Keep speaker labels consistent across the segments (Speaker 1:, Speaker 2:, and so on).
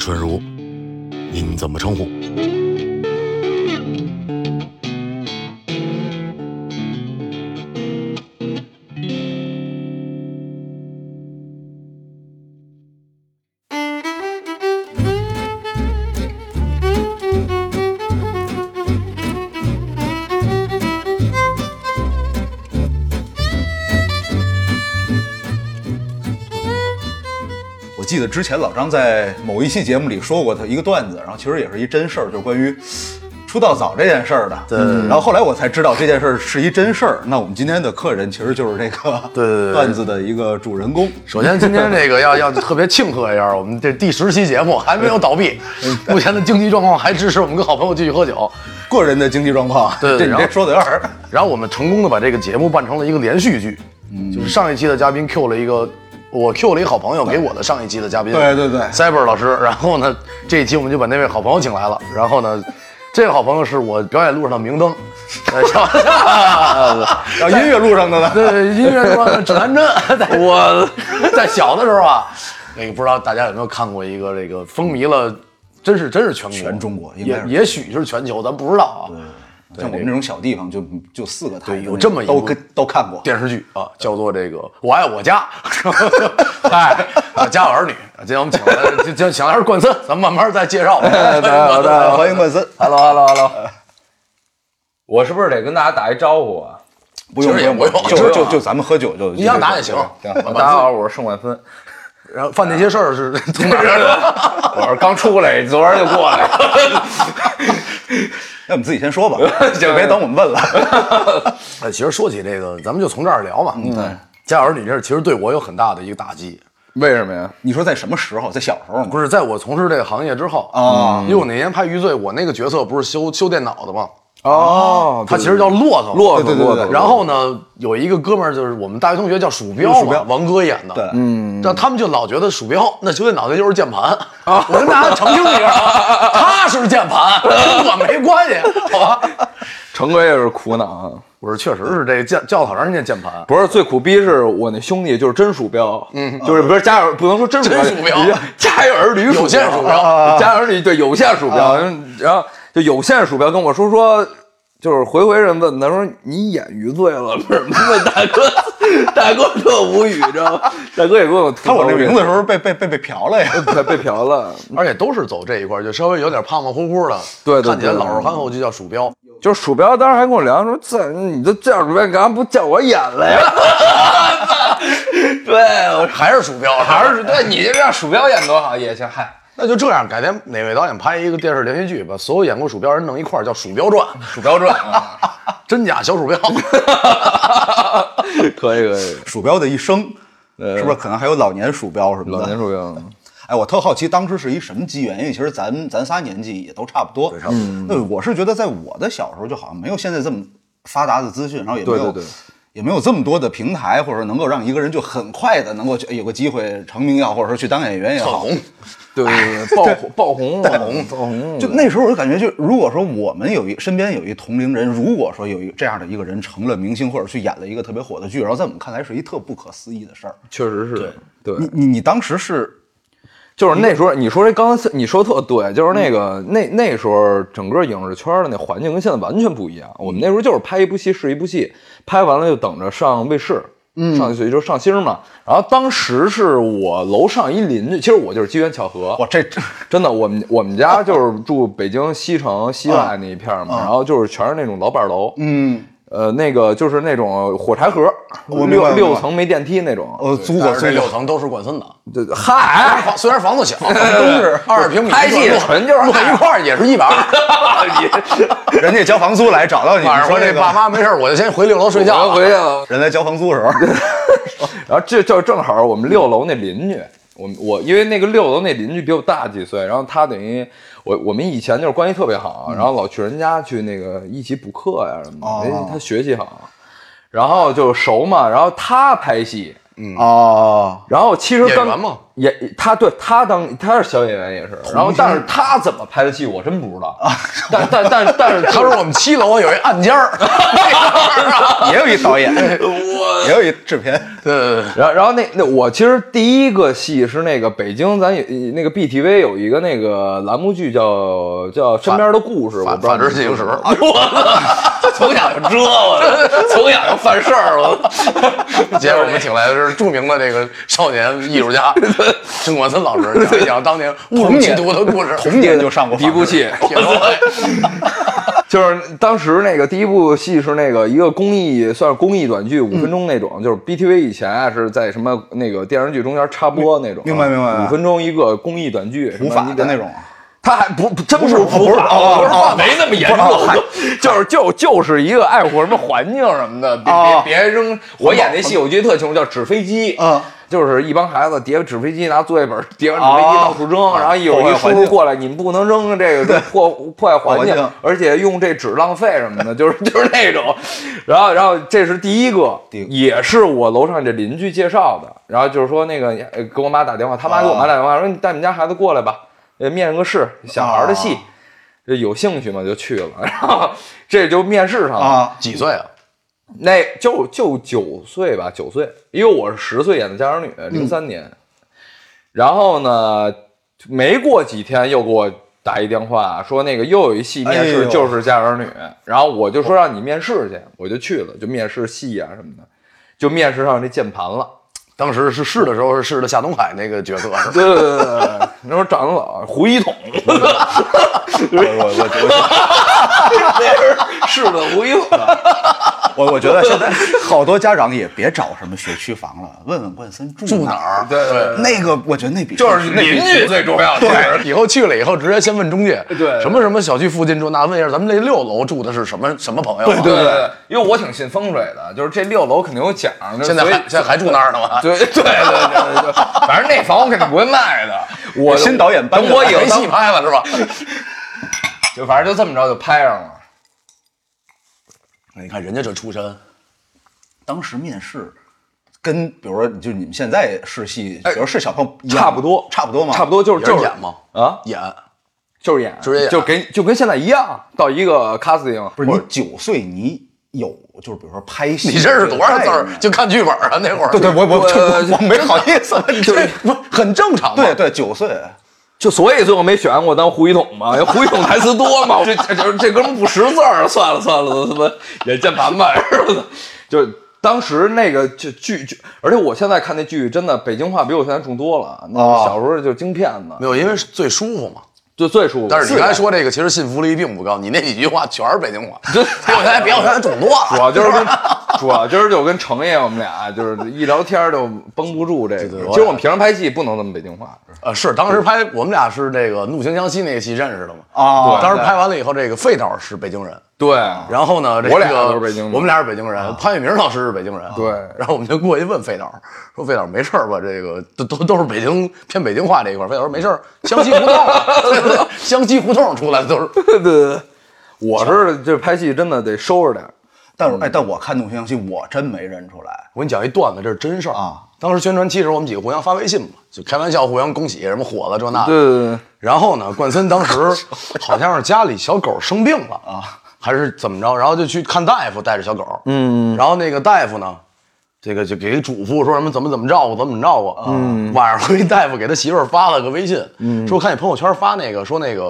Speaker 1: 纯如，您怎么称呼？
Speaker 2: 我记得之前老张在某一期节目里说过他一个段子，然后其实也是一真事儿，就是关于出道早这件事儿的。
Speaker 3: 对
Speaker 2: 嗯然后后来我才知道这件事儿是一真事儿。那我们今天的客人其实就是这个
Speaker 3: 对对对
Speaker 2: 段子的一个主人公。
Speaker 3: 首先，今天这 个要要特别庆贺一下，我们这第十期节目还没有倒闭，
Speaker 2: 嗯
Speaker 3: 目前的经济状况还支持我们跟好朋友继续喝酒。
Speaker 2: 个人的经济状况，
Speaker 3: 对对
Speaker 2: 这你
Speaker 3: 然
Speaker 2: 这
Speaker 3: 后
Speaker 2: 说的有点 儿
Speaker 3: 然后我们成功的把这个节目办成了一个连续剧，
Speaker 2: 嗯
Speaker 3: 就是上一期的嘉宾 Q 了一个，我 Q 了一好朋友给我的上一期的嘉宾，
Speaker 2: 对对对
Speaker 3: Cyber 老师。然后呢，这一期我们就把那位好朋友请来了。然后呢，这个好朋友是我表演路上的明灯， 呃小
Speaker 2: 然后音乐路上的呢，
Speaker 3: 对音乐上指南针。 在我在小的时候啊，那个不知道大家有没有看过一个这个风靡了，真是真是全国
Speaker 2: 全中国应
Speaker 3: 也
Speaker 2: 该是
Speaker 3: 也许是全球，咱不知道啊。
Speaker 2: 像我们这种小地方就就四个台，
Speaker 3: 对有这么一
Speaker 2: 都
Speaker 3: 部
Speaker 2: 跟都看过。
Speaker 3: 电视剧啊，叫做这个《我爱我 家》， 哎，啊家有儿女。今天我们请来，今天请来是冠森，咱们慢慢再介 绍。
Speaker 2: 大家好，大家好，欢迎冠森。
Speaker 4: Hello，Hello，Hello，我是不是得跟大家打一招呼啊？
Speaker 2: 不用
Speaker 3: 其实也
Speaker 2: 不用
Speaker 3: 不，用
Speaker 2: 就
Speaker 3: 不
Speaker 2: 就
Speaker 3: 用
Speaker 2: 就就咱们喝酒就
Speaker 3: 你想打也行
Speaker 2: 行。
Speaker 4: 啊大家好，我是盛冠芬，
Speaker 3: 然后犯那些事儿是从哪儿来的？
Speaker 4: 我是刚出来， 昨儿就过来了。
Speaker 2: 那我们自己先 说吧，
Speaker 4: 行
Speaker 2: 就别等我们问了。
Speaker 3: 呃，其实说起这个，咱们就从这儿聊嘛。嗯对，家有儿女这事儿其实对我有很大的一个打击。
Speaker 4: 为什么呀？
Speaker 2: 你说在什么时候？在小时候吗？
Speaker 3: 不是，在我从事这个行业之后嗯
Speaker 2: 啊
Speaker 3: 因为我那年拍《余罪》，我那个角色不是修修电脑的吗？啊
Speaker 4: 哦，
Speaker 3: 他其实叫骆驼，
Speaker 4: 骆
Speaker 2: 对对
Speaker 4: 驼，
Speaker 2: 对
Speaker 4: 骆
Speaker 2: 对
Speaker 4: 驼。
Speaker 3: 然后呢，有一个哥们儿就是我们大学同学叫鼠标嘛，
Speaker 2: 鼠标
Speaker 3: 王哥演的。
Speaker 2: 对
Speaker 3: 嗯，但他们就老觉得鼠标那修电脑那就是键盘。
Speaker 4: 啊
Speaker 3: 我跟大家澄清一下，他是键盘，跟我没关系，好吧？
Speaker 4: 成哥也是苦恼啊。
Speaker 3: 我说确实是这个键教导让人家键盘，
Speaker 4: 不是最苦逼是我那兄弟，就是真鼠标，嗯，就是不是家有不能说真鼠标，
Speaker 3: 真鼠标
Speaker 4: 你知道家有儿女鼠标
Speaker 3: 有线鼠标
Speaker 4: 啊 家有儿女对有线鼠标，然后就有线鼠标跟我说说，就是回回人问他说你演余罪了不是？ 问大哥，大哥特无语，你知道吗？大哥也跟我吐
Speaker 2: 看
Speaker 4: 槽
Speaker 2: 我这
Speaker 4: 过
Speaker 2: 名字的时候被被被被嫖了 呀。
Speaker 4: 被被嫖了，
Speaker 3: 而且都是走这一块儿，就稍微有点胖胖乎乎的，
Speaker 4: 对对对
Speaker 3: 看起来老实憨厚，就叫鼠标。
Speaker 4: 就是鼠标当时还跟我聊说这你这这样鼠标你干嘛不叫我演了呀？ 对，我
Speaker 3: 还是鼠标，还
Speaker 4: 还
Speaker 3: 是
Speaker 4: 是对你这让鼠标演多好也行，嗨。
Speaker 3: 那就这样，改天哪位导演拍一个电视连续剧，把所有演过鼠标人弄一块儿，叫《鼠标传》，
Speaker 4: 鼠标转啊，
Speaker 3: 真假小鼠标。
Speaker 4: 可以可以，
Speaker 2: 鼠标的一生，是不是可能还有老年鼠标什么的？
Speaker 4: 老年鼠标，
Speaker 2: 哎，我特好奇当时是一什么机缘，因为其实咱咱仨年纪也都差不多。嗯，对，我是觉得在我的小时候就好像没有现在这么发达的资讯，然后也没有
Speaker 4: 对对对
Speaker 2: 也没有这么多的平台，或者能够让一个人就很快的能够去有个机会成名也好，或者说去当演员也好。
Speaker 4: 对对对，爆红爆红啊爆红爆红，
Speaker 2: 就那时候我就感觉，就如果说我们有一身边有一同龄人，如果说有一这样的一个人成了明星，或者去演了一个特别火的剧，然后在我们看来是一特不可思议的事儿。
Speaker 4: 确实是，对，
Speaker 2: 你你你当时是
Speaker 4: 就是那时候你说这刚才你说特对，就是那个那那时候整个影视圈的那环境跟现在完全不一样。我们那时候就是拍一部戏是一部戏，拍完了就等着上卫视。
Speaker 2: 嗯
Speaker 4: 上去就上星儿嘛，然后当时是我楼上一邻居，其实我就是机缘巧合，
Speaker 2: 哇，这这
Speaker 4: 真的，我们我们家就是住北京西城西外那一片儿嘛，然后就是全是那种老板楼，
Speaker 2: 啊嗯，
Speaker 4: 呃，那个就是那种火柴盒，
Speaker 2: 我明白我明
Speaker 4: 六
Speaker 2: 白
Speaker 4: 六层没电梯那种。
Speaker 2: 我呃租过
Speaker 3: 但是这
Speaker 2: 租
Speaker 3: 六
Speaker 2: 过，
Speaker 3: 层都是冠森的，
Speaker 4: 对，嗨，
Speaker 3: 房虽然房子小，但是二十平米，
Speaker 4: 拍戏
Speaker 3: 摞
Speaker 4: 纯就是
Speaker 3: 摞一块儿也是一百二。
Speaker 2: 人家交房租来找到你，
Speaker 3: 晚
Speaker 2: 你
Speaker 3: 上
Speaker 2: 说
Speaker 3: 我这
Speaker 2: 这
Speaker 3: 爸妈没事儿，我就先回六楼睡觉
Speaker 4: 我
Speaker 3: 了。
Speaker 4: 回去 了。
Speaker 2: 人来交房租的时候，
Speaker 4: 然后这就正好我们六楼那邻居，我们我因为那个六楼那邻居比我大几岁，然后他等于我我们以前就是关系特别
Speaker 3: 嗯
Speaker 4: 好，然后老去人家去那个一起补课呀什么的，因为
Speaker 2: 哦
Speaker 4: 他学习好，然后就熟嘛，然后他拍戏。
Speaker 2: 哦，
Speaker 4: 然后其实
Speaker 3: 演
Speaker 4: 刚
Speaker 3: 员嘛
Speaker 4: 也他对他当他是小演员也是，然后但是他怎么拍的戏我真不知道，
Speaker 3: 啊
Speaker 4: 但但但但是
Speaker 3: 他
Speaker 4: 他
Speaker 3: 说我们七楼有一暗间儿，那个啊
Speaker 2: 也有一导演，
Speaker 4: 我
Speaker 2: 也有一制片，
Speaker 3: 对对 对，
Speaker 4: 然后然后那那我其实第一个戏是那个北京，咱有那个 BTV 有一个那个栏目剧叫叫《身边的故事》，我
Speaker 3: 法
Speaker 4: 不知道
Speaker 3: 法
Speaker 4: 你们
Speaker 3: 制进行时，我从小就折我， 从小就犯事儿 我。今天我们请来的是著名的这个少年艺术 家郑广森老师，讲一讲当年误入歧途的故 事。
Speaker 2: 童年就上过
Speaker 4: 第一部 戏，
Speaker 3: 铁路
Speaker 4: 就是当时那个第一部戏是那个一个公益，算是公益短剧，五分钟那种，
Speaker 2: 嗯
Speaker 4: 就是 BTV 以前啊是在什么那个电视剧中间插播那种啊，
Speaker 2: 明白明白
Speaker 4: 五分钟一个公益短剧，
Speaker 2: 古
Speaker 4: 什么
Speaker 2: 法
Speaker 4: 一
Speaker 2: 的
Speaker 4: 个
Speaker 2: 那种，
Speaker 4: 他还不不真不是不
Speaker 2: 不是哦
Speaker 4: 不是
Speaker 3: 哦没那么严重
Speaker 4: 不是嗨就是就就是一个爱护什么环境什么的，别
Speaker 2: 哦
Speaker 4: 别别扔。我演那戏我记得特清楚，叫纸飞机，
Speaker 2: 嗯，
Speaker 4: 就是一帮孩子叠个纸飞机，拿作业本叠完纸飞机
Speaker 2: 哦
Speaker 4: 到处扔，然后一会
Speaker 2: 破坏
Speaker 4: 儿一叔
Speaker 2: 环
Speaker 4: 叔
Speaker 2: 境
Speaker 4: 过来，你们不能扔这个，这破破坏环
Speaker 2: 破坏环
Speaker 4: 境
Speaker 2: 境，
Speaker 4: 而且用这纸浪费什么的，就是 就是那种。然后然后这是第一个，
Speaker 2: 第一个
Speaker 4: 也是我楼上这邻居介绍的，然后就是说那个呃给我妈打电话，他妈给我妈打电话说你带你们家孩子过来吧，呃面个试，小孩儿的戏
Speaker 2: 啊，
Speaker 4: 这有兴趣嘛就去了， 然后这就面试上了，
Speaker 2: 啊，
Speaker 3: 几岁啊？
Speaker 4: 那就就九岁吧，九岁，因为我是十岁演的家长女，零三年，然后呢，没过几天又给我打一电话说那个又有一戏面
Speaker 2: 哎呦
Speaker 4: 试就是家长女，然后我就说让你面试去，我就去了，就面试戏啊什么的，就面试上这键盘了。
Speaker 3: 当时是试的时候是试的夏东海那个角色，啊 是吧
Speaker 4: 对对对对对，对那时候长得老胡一统，
Speaker 2: 啊我我
Speaker 4: 是的，胡一统。啊
Speaker 2: 我我我觉得现在好多家长也别找什么学区房了，问问冠森住
Speaker 3: 住
Speaker 2: 哪
Speaker 3: 哪儿？
Speaker 4: 对对 对
Speaker 2: 那个我觉得那比
Speaker 4: 就是邻居最重要，
Speaker 3: 对，以后去了以后直接先问中介，
Speaker 4: 对
Speaker 3: 什么什么小区附近住，那问一下咱们这六楼住的是什么什么朋友、啊？
Speaker 4: 对对对，因为我挺信风水的，就是这六楼肯定有奖，就是
Speaker 3: 现在还
Speaker 4: 所以
Speaker 3: 现在还住那儿呢吗？
Speaker 4: 对对对对对对，反正那房我肯定不会卖的。我
Speaker 2: 新导演搬
Speaker 4: 等
Speaker 2: 的
Speaker 4: 我以后
Speaker 3: 没戏
Speaker 4: 当
Speaker 3: 拍了是 吧？
Speaker 4: 就反正就这么着就拍上了。
Speaker 3: 你看人家这出身，
Speaker 2: 当时面试。跟比如说，就你们现在试戏，比如试小朋友一样
Speaker 4: 差不多
Speaker 2: 差不多吗？
Speaker 4: 差不多就是
Speaker 3: 有
Speaker 4: 就
Speaker 3: 人
Speaker 4: 是
Speaker 3: 演吗？
Speaker 4: 啊，
Speaker 3: 演，
Speaker 4: 就是演，
Speaker 3: 直接演
Speaker 4: 就给就跟现在一样，到一个 casting，
Speaker 2: 不是你九岁，你有就是比如说拍戏，
Speaker 3: 你这是多少字
Speaker 2: 概？
Speaker 3: 儿
Speaker 2: 念
Speaker 3: 就看剧本啊，那会儿。
Speaker 2: 对对，我我
Speaker 4: 我
Speaker 2: 我我没
Speaker 4: 呃
Speaker 2: 好意思，
Speaker 3: 这 不很正常吗？
Speaker 2: 对对，九岁，
Speaker 4: 就所以最后没选我当胡一统嘛，因为胡一统台词多嘛，我这这这这哥们不识字儿，算了算了，他妈演键盘吧，是吧就当时那个就剧剧，而且我现在看那剧真的北京话比我现在重多了，啊那
Speaker 2: 哦
Speaker 4: 小时候就京片子，
Speaker 3: 没有，因为是最舒服嘛。
Speaker 4: 就最舒服。
Speaker 3: 但是你刚才说这个，其实信服力并不高。你那几句话全是北京话，
Speaker 4: 对
Speaker 3: 比 我现在比我现在懂多
Speaker 4: 主
Speaker 3: 了。
Speaker 4: 要就是跟主要今儿就跟程爷我们俩就是一聊天就绷不住这个。
Speaker 3: 对对
Speaker 4: 其实我们平常拍戏不能这么北京话，
Speaker 3: 呃，是当时拍我们俩是这个《怒晴湘西》那个戏认识的嘛？
Speaker 4: 啊
Speaker 2: 哦
Speaker 3: 当时拍完了以后，这个费导是北京人，
Speaker 4: 对，啊
Speaker 3: 然后呢，这
Speaker 4: 我俩
Speaker 3: 个
Speaker 4: 都是北京人啊
Speaker 3: 我们俩是北京人，潘粤明老师是北京人，
Speaker 4: 对
Speaker 3: 然后我们就过去问费导，说费导没事儿吧？这个都都都是北京偏北京话这一块儿，费导说没事儿，湘西胡同啊， 湘西胡同出来的都是。
Speaker 4: 对对对，我是这拍戏真的得收拾点儿。
Speaker 2: 但是哎，但我看《怒晴湘西》，我真没认出来。
Speaker 3: 我给你讲一段子，这是真事儿
Speaker 2: 啊。
Speaker 3: 当时宣传期时，我们几个互相发微信嘛，就开玩笑，互相恭喜什么火了这那的。
Speaker 4: 对对对，
Speaker 3: 然后呢，冠森 当时好像是家里小狗生病了啊，还是怎么着，然后就去看大夫，带着小狗。嗯，然后那个大夫呢，这个就给嘱咐说什么怎么怎么照顾，怎么怎么照顾。嗯，晚上回大夫给他媳妇儿发了个微信，
Speaker 4: 嗯
Speaker 3: 说看你朋友圈发那个，说那个，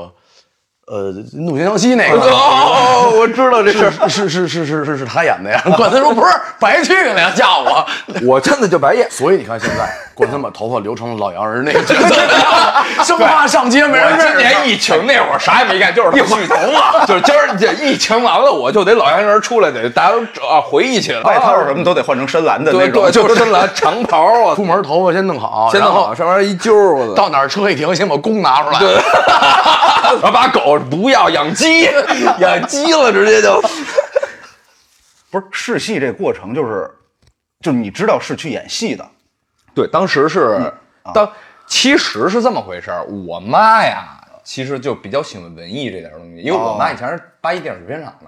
Speaker 3: 呃，怒晴湘西那个。
Speaker 4: 哦，我知道这事儿。
Speaker 3: 是是是是是是是他演的呀！ 冠森说不是，白去了呀，吓我！
Speaker 4: 我真的就白眼，
Speaker 3: 所以你看，现在冠森把头发留成了老洋人那个角 色，生怕上街没人认识。
Speaker 4: 疫情那会儿啥也没干，就是剃头嘛， 就是今儿这疫情完了，我就得老年人出来得大家都啊回忆去了，
Speaker 2: 外套什么都得换成深蓝的那
Speaker 4: 对
Speaker 2: 种，
Speaker 4: 对，就是深蓝长袍 啊
Speaker 3: 出，门头发先弄好，
Speaker 4: 先弄
Speaker 3: 然
Speaker 4: 好
Speaker 3: 后
Speaker 4: 上面一揪儿，我操
Speaker 3: 到哪儿车一停，先把弓拿出来。
Speaker 4: 然后把狗不要养 鸡，养鸡了直接就。
Speaker 2: 不是试戏这过程，就是就是你知道是去演戏的，
Speaker 4: 对，当时是当其实是这么回事儿，我妈呀。其实就比较喜欢文艺这点东西，因为我妈以前是八一电影制片厂的，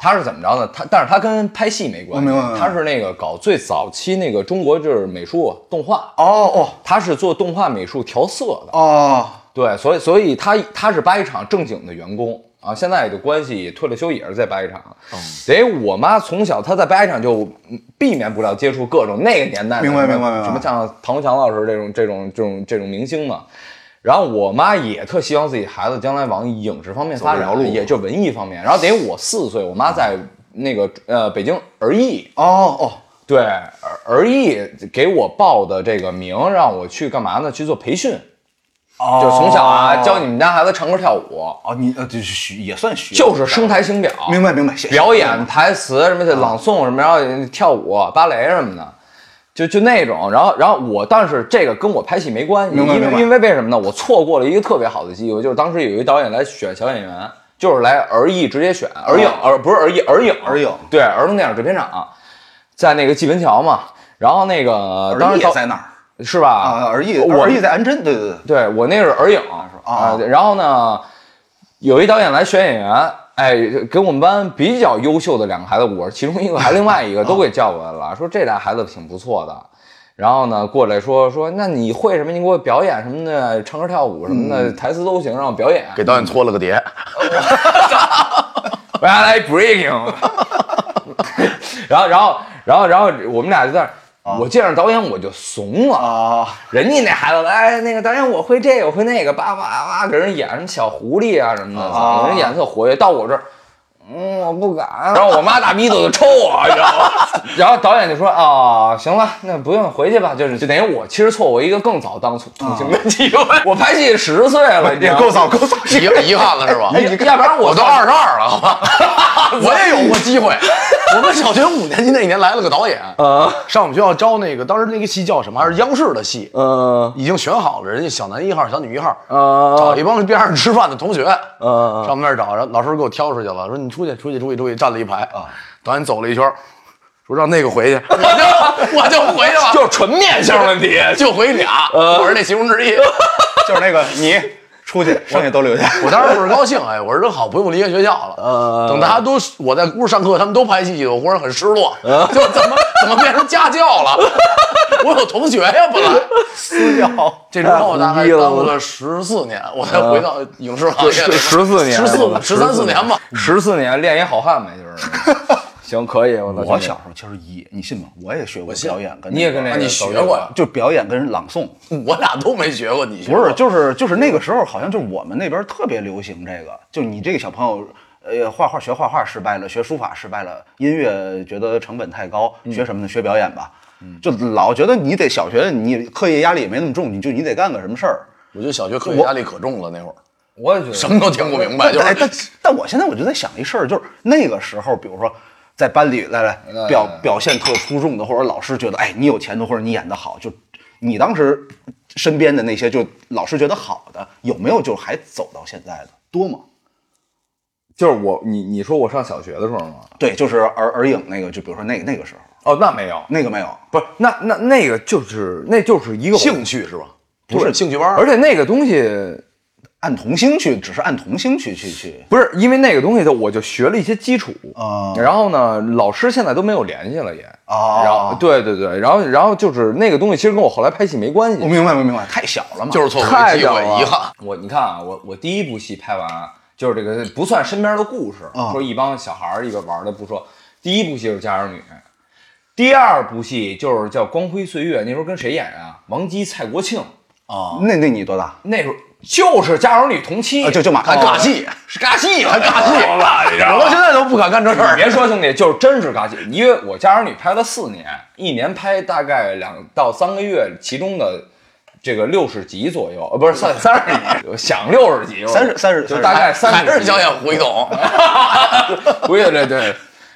Speaker 4: 她是怎么着呢？她但是她跟拍戏哦没关
Speaker 2: 我明白明
Speaker 4: 系，
Speaker 2: 白
Speaker 4: 她是那个搞最早期那个中国就是美术动画，
Speaker 2: 哦哦
Speaker 4: 她是做动画美术调色的，
Speaker 2: 哦，
Speaker 4: 对，所以所以她她是八一厂正经的员工啊，现在的关系退了休也是在八一厂，
Speaker 2: 嗯
Speaker 4: 得我妈从小她在八一厂就嗯避免不了接触各种那个年代的
Speaker 2: 明白
Speaker 4: 什么
Speaker 2: 明白明白
Speaker 4: 什么像唐国强老师这种这种这种这种明星嘛。然后我妈也特希望自己孩子将来往影视方面发
Speaker 3: 条
Speaker 4: 展
Speaker 3: 路，
Speaker 4: 也就文艺方面。然后得我四岁，我妈在那个呃北京儿艺
Speaker 2: 哦哦，
Speaker 4: 对，而而艺给我报的这个名，让我去干嘛呢？去做培训，
Speaker 2: 哦
Speaker 4: 就从小啊教你们家孩子唱歌跳舞，
Speaker 2: 哦，你呃就是学也算学，
Speaker 4: 就是声台形表，
Speaker 2: 明白明白，谢谢
Speaker 4: 表演台词什么的，朗诵什么，然后跳舞、芭蕾什么的，就就那种。然后，然后我，但是这个跟我拍戏没关系，
Speaker 2: 明白
Speaker 4: 因
Speaker 2: 明白
Speaker 4: 为因为为什么呢？我错过了一个特别好的机会，就是当时有一个导演来选小演员，就是来儿艺直接选儿影，儿不是儿艺儿影
Speaker 2: 哦儿影
Speaker 4: 对儿童电影制片厂，在那个济文桥嘛。然后那个当
Speaker 2: 儿
Speaker 4: 时
Speaker 2: 艺也
Speaker 4: 导
Speaker 2: 在那儿
Speaker 4: 是吧？
Speaker 2: 啊，儿艺
Speaker 4: 啊我
Speaker 2: 儿艺在安贞，对对对，
Speaker 4: 对我那是儿影啊，然后呢，有一导演来选演员，哎，给我们班比较优秀的两个孩子，我是其中一个，还另外一个都给叫过来了，说这俩孩子挺不错的。然后呢，过来说说，那你会什么？你给我表演什么的，唱歌跳舞什么的，台词都行，让我表演。
Speaker 3: 给导演搓了个碟，
Speaker 4: 我要来 breaking。然后，然后，然后，然后我们俩就在那儿，我见着导演我就怂了。
Speaker 2: 啊，
Speaker 4: 人家那孩子，哎，那个导演我会这个，我会那个，叭叭叭给人演什么小狐狸啊什么的，
Speaker 2: 啊
Speaker 4: 给人演得特活跃。到我这儿，嗯，我不敢。然后我妈大逼斗就抽我，你知道吗？ 然后导演就说啊、行了，那不用回去吧，就是就等于我其实错过一个更早当童 童星的机会。我拍戏十岁了，你知
Speaker 2: 也
Speaker 4: 道吗
Speaker 2: 够早够早，
Speaker 3: 遗遗憾了是吧？
Speaker 4: 要要不然我
Speaker 3: 哎我都二十二了，好吧， 我也有过 机会。我们小学五年级那年来了个导演，
Speaker 4: 啊，
Speaker 3: 上我们学校招那个，当时那个戏叫什么？还是央视的戏，
Speaker 4: 呃
Speaker 3: 已经选好了，人家小男一号、小女一号，
Speaker 4: 呃
Speaker 3: 找一帮边上吃饭的同学，
Speaker 4: 呃
Speaker 3: 上我们那儿找，然后老师给我挑出去了，说你出去，出去，出去，出去，站了一排啊。导演走了一圈，说让那个回去，我就我就不回去了，
Speaker 4: 就是纯面相问题。
Speaker 3: 就回俩，我是那其中之一。
Speaker 2: 就是那个你出去，剩下都留下。
Speaker 3: 我当时倍儿高兴，哎，我说真好，不用离开学校了。
Speaker 4: 呃
Speaker 3: 等大家都我在屋上课，他们都拍戏去，我忽然很失落，就怎么怎么变成家教了？ 我有同学呀，本来
Speaker 2: 私教，
Speaker 3: 这之后大概
Speaker 4: 太牛逼了
Speaker 3: 耽误了十四年，我才回到影视行业
Speaker 4: 十
Speaker 3: 里。
Speaker 4: 四年，
Speaker 3: 十四十三四年吧。
Speaker 4: 十四年练一好汉呗，就是。 行，可以，我操
Speaker 2: 我小时候其实也，你信吗？我也学过表演，跟
Speaker 4: 你也跟那
Speaker 2: 个
Speaker 4: 个
Speaker 3: 啊你学过呀？
Speaker 2: 就是表演跟朗诵，
Speaker 3: 我俩都没学过，你学
Speaker 2: 不
Speaker 3: 过
Speaker 2: 是，就是就是那个时候，好像就是我们那边特别流行这个，就是你这个小朋友，呃，画画学画画失败了，学书法失败了，音乐觉得成本太高，
Speaker 4: 嗯
Speaker 2: 学什么呢？学表演吧。就老觉得你得小学你课业压力也没那么重，你就你得干个什么事儿。
Speaker 3: 我觉得小学课业压力可重了，那会儿
Speaker 4: 我也觉得
Speaker 3: 什么都听不明白，就
Speaker 2: 但
Speaker 3: 是
Speaker 2: 哎但但我现在我就在想一事儿，就是那个时候，比如说在班里来来表表现特出众的，或者老师觉得哎你有前途，或者你演得好，就你当时身边的那些就老师觉得好的，有没有就还走到现在的多吗？
Speaker 4: 就是我，你你说我上小学的时候吗？
Speaker 2: 对，就是耳耳影那个，就比如说那个那个时候，
Speaker 4: 哦，那没有，
Speaker 2: 那个没有，
Speaker 4: 不是，那那那个就是那就是一个
Speaker 3: 兴，趣是吧？
Speaker 4: 对
Speaker 3: 不是兴趣班儿，
Speaker 4: 而且那个东西
Speaker 2: 按童星去，只是按童星去去去
Speaker 4: 不是因为那个东西的，我就学了一些基础。
Speaker 2: 啊
Speaker 4: 然后呢，老师现在都没有联系了也。
Speaker 3: 哦
Speaker 2: 啊
Speaker 4: 然后对对对，然后然后就是那个东西，其实跟我后来拍戏没关系。
Speaker 2: 我明白，我明白，太小了嘛，
Speaker 3: 就是错过
Speaker 4: 太
Speaker 3: 一机
Speaker 4: 屌了！
Speaker 3: 会，遗憾。
Speaker 4: 我你看啊，我我第一部戏拍完，啊就是这个不算身边的故事，
Speaker 2: 啊
Speaker 4: 说一帮小孩儿一个玩儿的不说，第一部戏就是《家有儿女》，第二部戏就是叫《光辉岁月》，那时候跟谁演啊？王姬、蔡国庆，
Speaker 2: 那那你多大？
Speaker 4: 那时候就是《家有儿女》同期，
Speaker 2: 啊就就马
Speaker 3: 还尬戏，
Speaker 4: 是尬戏，还尬戏了，你知
Speaker 3: 我到现在都不敢干这事
Speaker 4: 你
Speaker 3: 儿。
Speaker 4: 别说兄弟，就是真是尬戏，因为我《家有儿女》拍了四年，一年拍大概两到三个月，其中的这个六十集左右，呃，不是三三十集，我想六十集，我
Speaker 2: 30 30
Speaker 4: 就大概三十
Speaker 3: 还
Speaker 4: 集。
Speaker 3: 是想演胡一董，
Speaker 4: 胡对对对，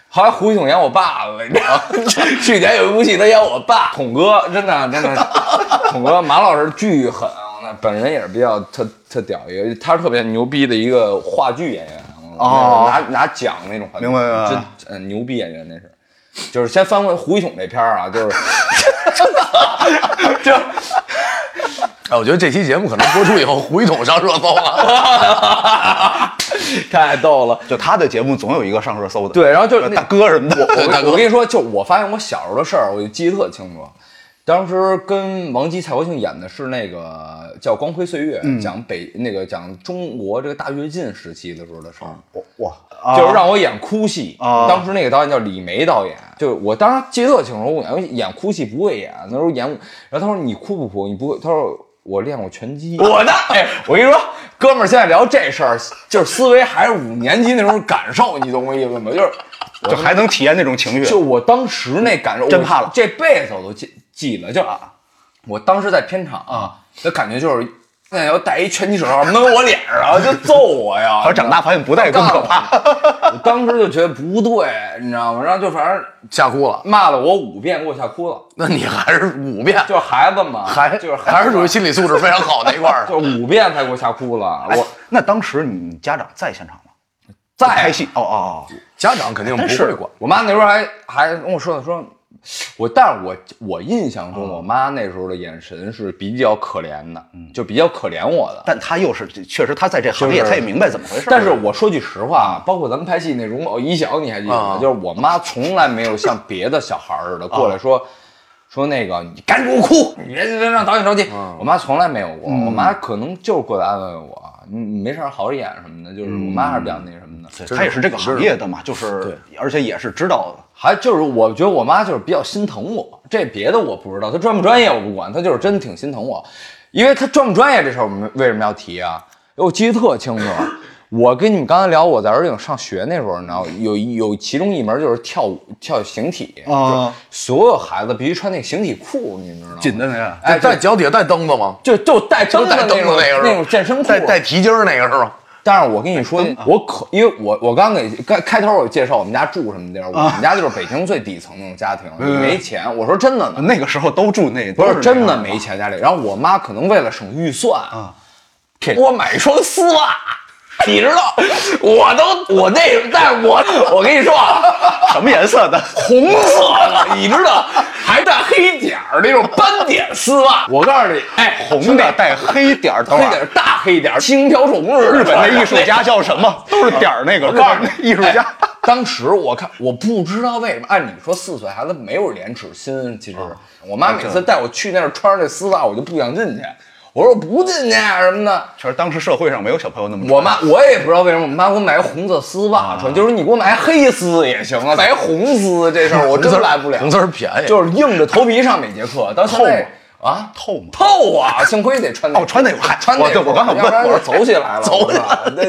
Speaker 4: 后来胡一统演我爸了，你知道吗？ 去年有一部戏他演我爸，统哥真的真的，统哥马老师巨狠啊，那本人也是比较特特屌一个，他是特别牛逼的一个话剧演员，
Speaker 2: 哦
Speaker 4: 拿拿奖那种话剧，
Speaker 2: 明白明白
Speaker 4: 真嗯牛逼演员那是。就是先翻回胡一统那片儿啊，就是， 就
Speaker 3: 哎，我觉得这期节目可能播出以后，胡一统上热搜了。
Speaker 4: 太逗了。
Speaker 2: 就他的节目总有一个上热搜的，呃
Speaker 4: 对，然后就是那
Speaker 2: 大哥什么的，
Speaker 3: 大
Speaker 4: 我
Speaker 3: 哥
Speaker 4: 我跟你说，就我发现我小时候的事儿，我就记得特清楚。当时跟王姬、蔡国庆演的是那个叫《光辉岁月》，
Speaker 2: 嗯
Speaker 4: 讲北那个讲中国这个大跃进时期的时候的事儿。
Speaker 2: 哇，
Speaker 4: 就是让我演哭戏。
Speaker 2: 啊
Speaker 4: 当时那个导演叫李梅导演，就是我当时记得特清楚，我演演哭戏不会演，那时候演，然后他说你哭不哭？你不会？他说。我练过拳击，我呢？ 哎，我跟你说，哥们儿，现在聊这事儿，就是思维还是五年级那时候感受，你懂我意思吗？就是
Speaker 2: 就还能体验那种情绪，
Speaker 4: 就我当时那感受，
Speaker 2: 真
Speaker 4: 我
Speaker 2: 怕了
Speaker 4: 这辈子我都记记了。就啊，我当时在片场啊，的感觉就是，现在要戴一拳击手套弄我脸上， 就揍我呀！
Speaker 2: 好像长大发现不带更可怕。
Speaker 4: 我当时就觉得不对，你知道吗？然后就反正
Speaker 3: 吓哭了。
Speaker 4: 骂了我五遍，给我吓哭了。
Speaker 3: 那你还是五遍，
Speaker 4: 就是孩子嘛，
Speaker 3: 还
Speaker 4: 就是孩子
Speaker 3: 还是属于心理素质非常好那一块儿。
Speaker 4: 就是五遍才给我吓哭了。
Speaker 2: 哎
Speaker 4: 我
Speaker 2: 那当时你家长在现场吗？
Speaker 4: 在
Speaker 2: 拍戏哦哦哦，
Speaker 3: 家长肯定不会管，
Speaker 4: 我妈那时候还还跟我说呢，说我，但是我我印象
Speaker 3: 嗯
Speaker 4: 中我妈那时候的眼神是比较可怜的，
Speaker 3: 嗯
Speaker 4: 就比较可怜我的。
Speaker 2: 但他又是确实他在这行业，
Speaker 4: 就是
Speaker 2: 他也明白怎么回事。
Speaker 4: 但是我说句实话，啊包括咱们拍戏那容貌哦一小，你还记得吗
Speaker 3: 啊？
Speaker 4: 就是我妈从来没有像别的小孩
Speaker 2: 啊
Speaker 4: 儿似的过来说。说那个，你赶紧给我哭，你别别让导演着急。
Speaker 2: 啊
Speaker 4: 我妈从来没有过，
Speaker 2: 嗯
Speaker 4: 我妈可能就是过来安慰我，你你没事儿好好演什么的，就是我妈还是比较那什么的。
Speaker 2: 对他也是这个行业的嘛，就是而且也是知道的。
Speaker 4: 还就是我觉得我妈就是比较心疼我，这别的我不知道，她专不专业我不管，她就是真挺心疼我，因为她专不专业这事儿我们为什么要提啊？我记得特清楚，啊我跟你们刚才聊我在尔岭上学那时候，你知道有有其中一门就是跳舞跳形体，
Speaker 2: 啊，
Speaker 4: 所有孩子必须穿那个形体裤，你知道吗？
Speaker 2: 的那个，
Speaker 4: 哎，
Speaker 3: 带
Speaker 4: 对，
Speaker 3: 脚底下带蹬子吗？
Speaker 4: 就就带蹬子
Speaker 3: 就带
Speaker 4: 那
Speaker 3: 蹬
Speaker 4: 种
Speaker 3: 子那个是吧
Speaker 4: 那种健身裤，啊
Speaker 3: 带带啊蹄筋儿那个是吧？
Speaker 4: 但是我跟你说，我可因为我我刚给刚开头我介绍我们家住什么地儿，
Speaker 3: 啊
Speaker 4: 我们家就是北京最底层那种家庭，
Speaker 3: 嗯
Speaker 4: 没钱。我说真的呢，
Speaker 2: 那个时候都住那，
Speaker 4: 不
Speaker 2: 都
Speaker 4: 是真
Speaker 2: 那
Speaker 4: 的
Speaker 2: 样
Speaker 4: 没钱家里。然后我妈可能为了省预算啊，给我买一双丝袜。你知道，我都我那，但我我跟你说啊，
Speaker 2: 什么颜色 的？
Speaker 4: 红色的，你知道，还带黑点儿那种斑点丝袜。我告诉你，哎，
Speaker 2: 红的带黑点儿，
Speaker 4: 黑
Speaker 2: 等会
Speaker 4: 点儿
Speaker 2: 儿
Speaker 4: 大黑点儿，轻瓢虫似的。
Speaker 2: 日本那艺术家叫什么？啊都是点儿那个。
Speaker 4: 我
Speaker 2: 日
Speaker 4: 告诉
Speaker 2: 本
Speaker 4: 你
Speaker 2: 那， 艺术家
Speaker 4: 哎当时我看，我不知道为什么，按理说四岁孩子没有廉耻心，其实、我妈每次带我去那儿穿着这丝袜，我就不想进去，我说我不进去啊什么的。
Speaker 2: 确实当时社会上没有小朋友那么
Speaker 4: 我妈我也不知道为什么，我妈给我买个红色丝袜穿，就是你给我买黑丝也行啊，买红丝这事儿我
Speaker 3: 红丝
Speaker 4: 真
Speaker 3: 儿
Speaker 4: 来不了，
Speaker 3: 红丝儿便宜
Speaker 4: 就是硬着头皮上每节课，到现在啊。
Speaker 2: 透嘛。
Speaker 4: 透啊！幸亏得穿那
Speaker 2: 哦穿那个嗨
Speaker 4: 穿那
Speaker 2: 我对我刚才
Speaker 4: 要不然
Speaker 2: 问我
Speaker 4: 就
Speaker 2: 说
Speaker 4: 走起来了，走起来了，那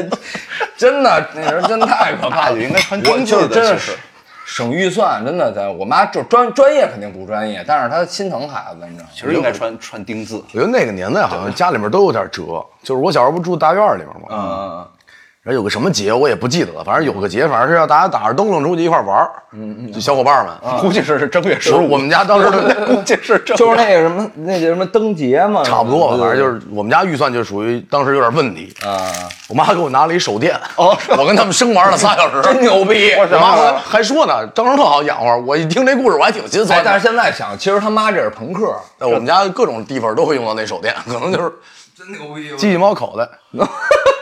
Speaker 4: 真的那人真太可怕了，
Speaker 2: 哎应该穿
Speaker 4: 我
Speaker 2: 丁字
Speaker 4: 就
Speaker 2: 的
Speaker 4: 是真的
Speaker 2: 其
Speaker 4: 是
Speaker 2: 实
Speaker 4: 省预算，真的在我妈就是专专业肯定不专业，但是她心疼孩子，你知道吗？
Speaker 2: 其实应该穿穿丁字，
Speaker 3: 我觉得那个年代好像家里面都有点折，就是我小时候不住大院里面吗？
Speaker 4: 嗯，
Speaker 3: 然后有个什么节我也不记得了，反正有个节，反正是要大家打着灯笼出去一块儿玩儿，嗯嗯，就小伙伴们。
Speaker 2: 估计是正月十
Speaker 3: 我
Speaker 2: 五。
Speaker 3: 我们家当时的
Speaker 2: 估计是正
Speaker 4: 就是那个什么那叫什么灯节嘛，
Speaker 3: 差不多吧，反正就是是我们家预算就属于当时有点问题。
Speaker 4: 啊，
Speaker 3: 我妈给我拿了一手电，
Speaker 2: 哦是
Speaker 3: 我跟他们生玩了仨小时。
Speaker 4: 真牛逼！
Speaker 3: 我妈还还说呢，张成特好养活。我一听这故事，我还挺心
Speaker 4: 哎
Speaker 3: 酸，的。
Speaker 4: 但是现在想，其实他妈这是朋克，
Speaker 3: 但我们家各种地方都会用到那手电，可能就是
Speaker 4: 真牛逼！
Speaker 3: 机器猫口袋，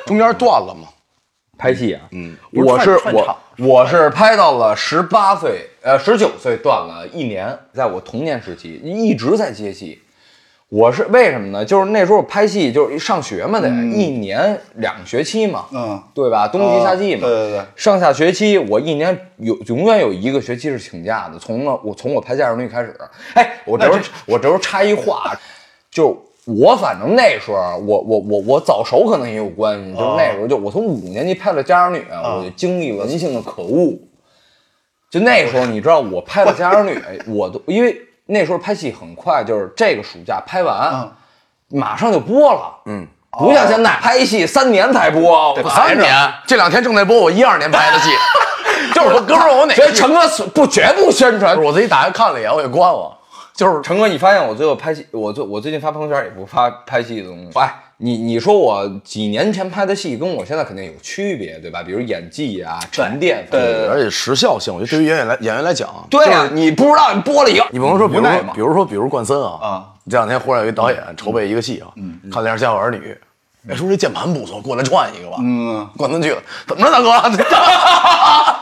Speaker 3: 中间断了嘛。
Speaker 4: 拍戏啊，嗯，我是
Speaker 2: 串串
Speaker 4: 我
Speaker 2: 场
Speaker 4: 我是拍到了十八岁，呃，十九岁断了一年，在我童年时期一直在接戏。我是为什么呢？就是那时候拍戏就是上学嘛，得、一年两学期嘛，
Speaker 2: 嗯，
Speaker 4: 对吧？冬季、夏季嘛，
Speaker 2: 哦对对对
Speaker 4: 上下学期我一年有永远有一个学期是请假的，从了我从我拍《家长女》开始，哎，我这时候我这时候插一话，就是我反正那时候啊我我我我早熟可能也有关系，就是那时候就我从五年级拍了《家长女》，啊我就经历了人性的可恶。就那时候你知道我拍了《家长女》，我都因为那时候拍戏很快，就是这个暑假拍完，马上就播了，嗯。不像现在拍戏三年才播，我
Speaker 3: 三
Speaker 4: 着
Speaker 3: 年，哎这两天正在播我一二年拍的 戏，就是我哥们儿，我哪
Speaker 4: 所
Speaker 3: 个
Speaker 4: 以陈哥不绝不宣传
Speaker 3: 不是。我自己打开看了一眼，我给关了。就是
Speaker 4: 陈哥，你发现我最后拍戏，我最我最近发朋友圈也不发拍戏的东西。哎，你你说我几年前拍的戏跟我现在肯定有区别，对吧？比如演技啊、沉淀。对对
Speaker 3: 而且时效性，我觉得对于演员来演员来讲，
Speaker 4: 对啊，你不知道你播了以后，
Speaker 3: 你不能说，比如
Speaker 2: 无奈
Speaker 3: 说
Speaker 2: 嘛，
Speaker 3: 比如说，比如冠森啊，
Speaker 2: 啊，嗯
Speaker 3: 这两天忽然有一导演筹备一个戏啊，看了一下《夏尔女》，哎，说这键盘不错，过来串一个吧。
Speaker 2: 嗯，
Speaker 3: 管他去了，怎么了，大哥？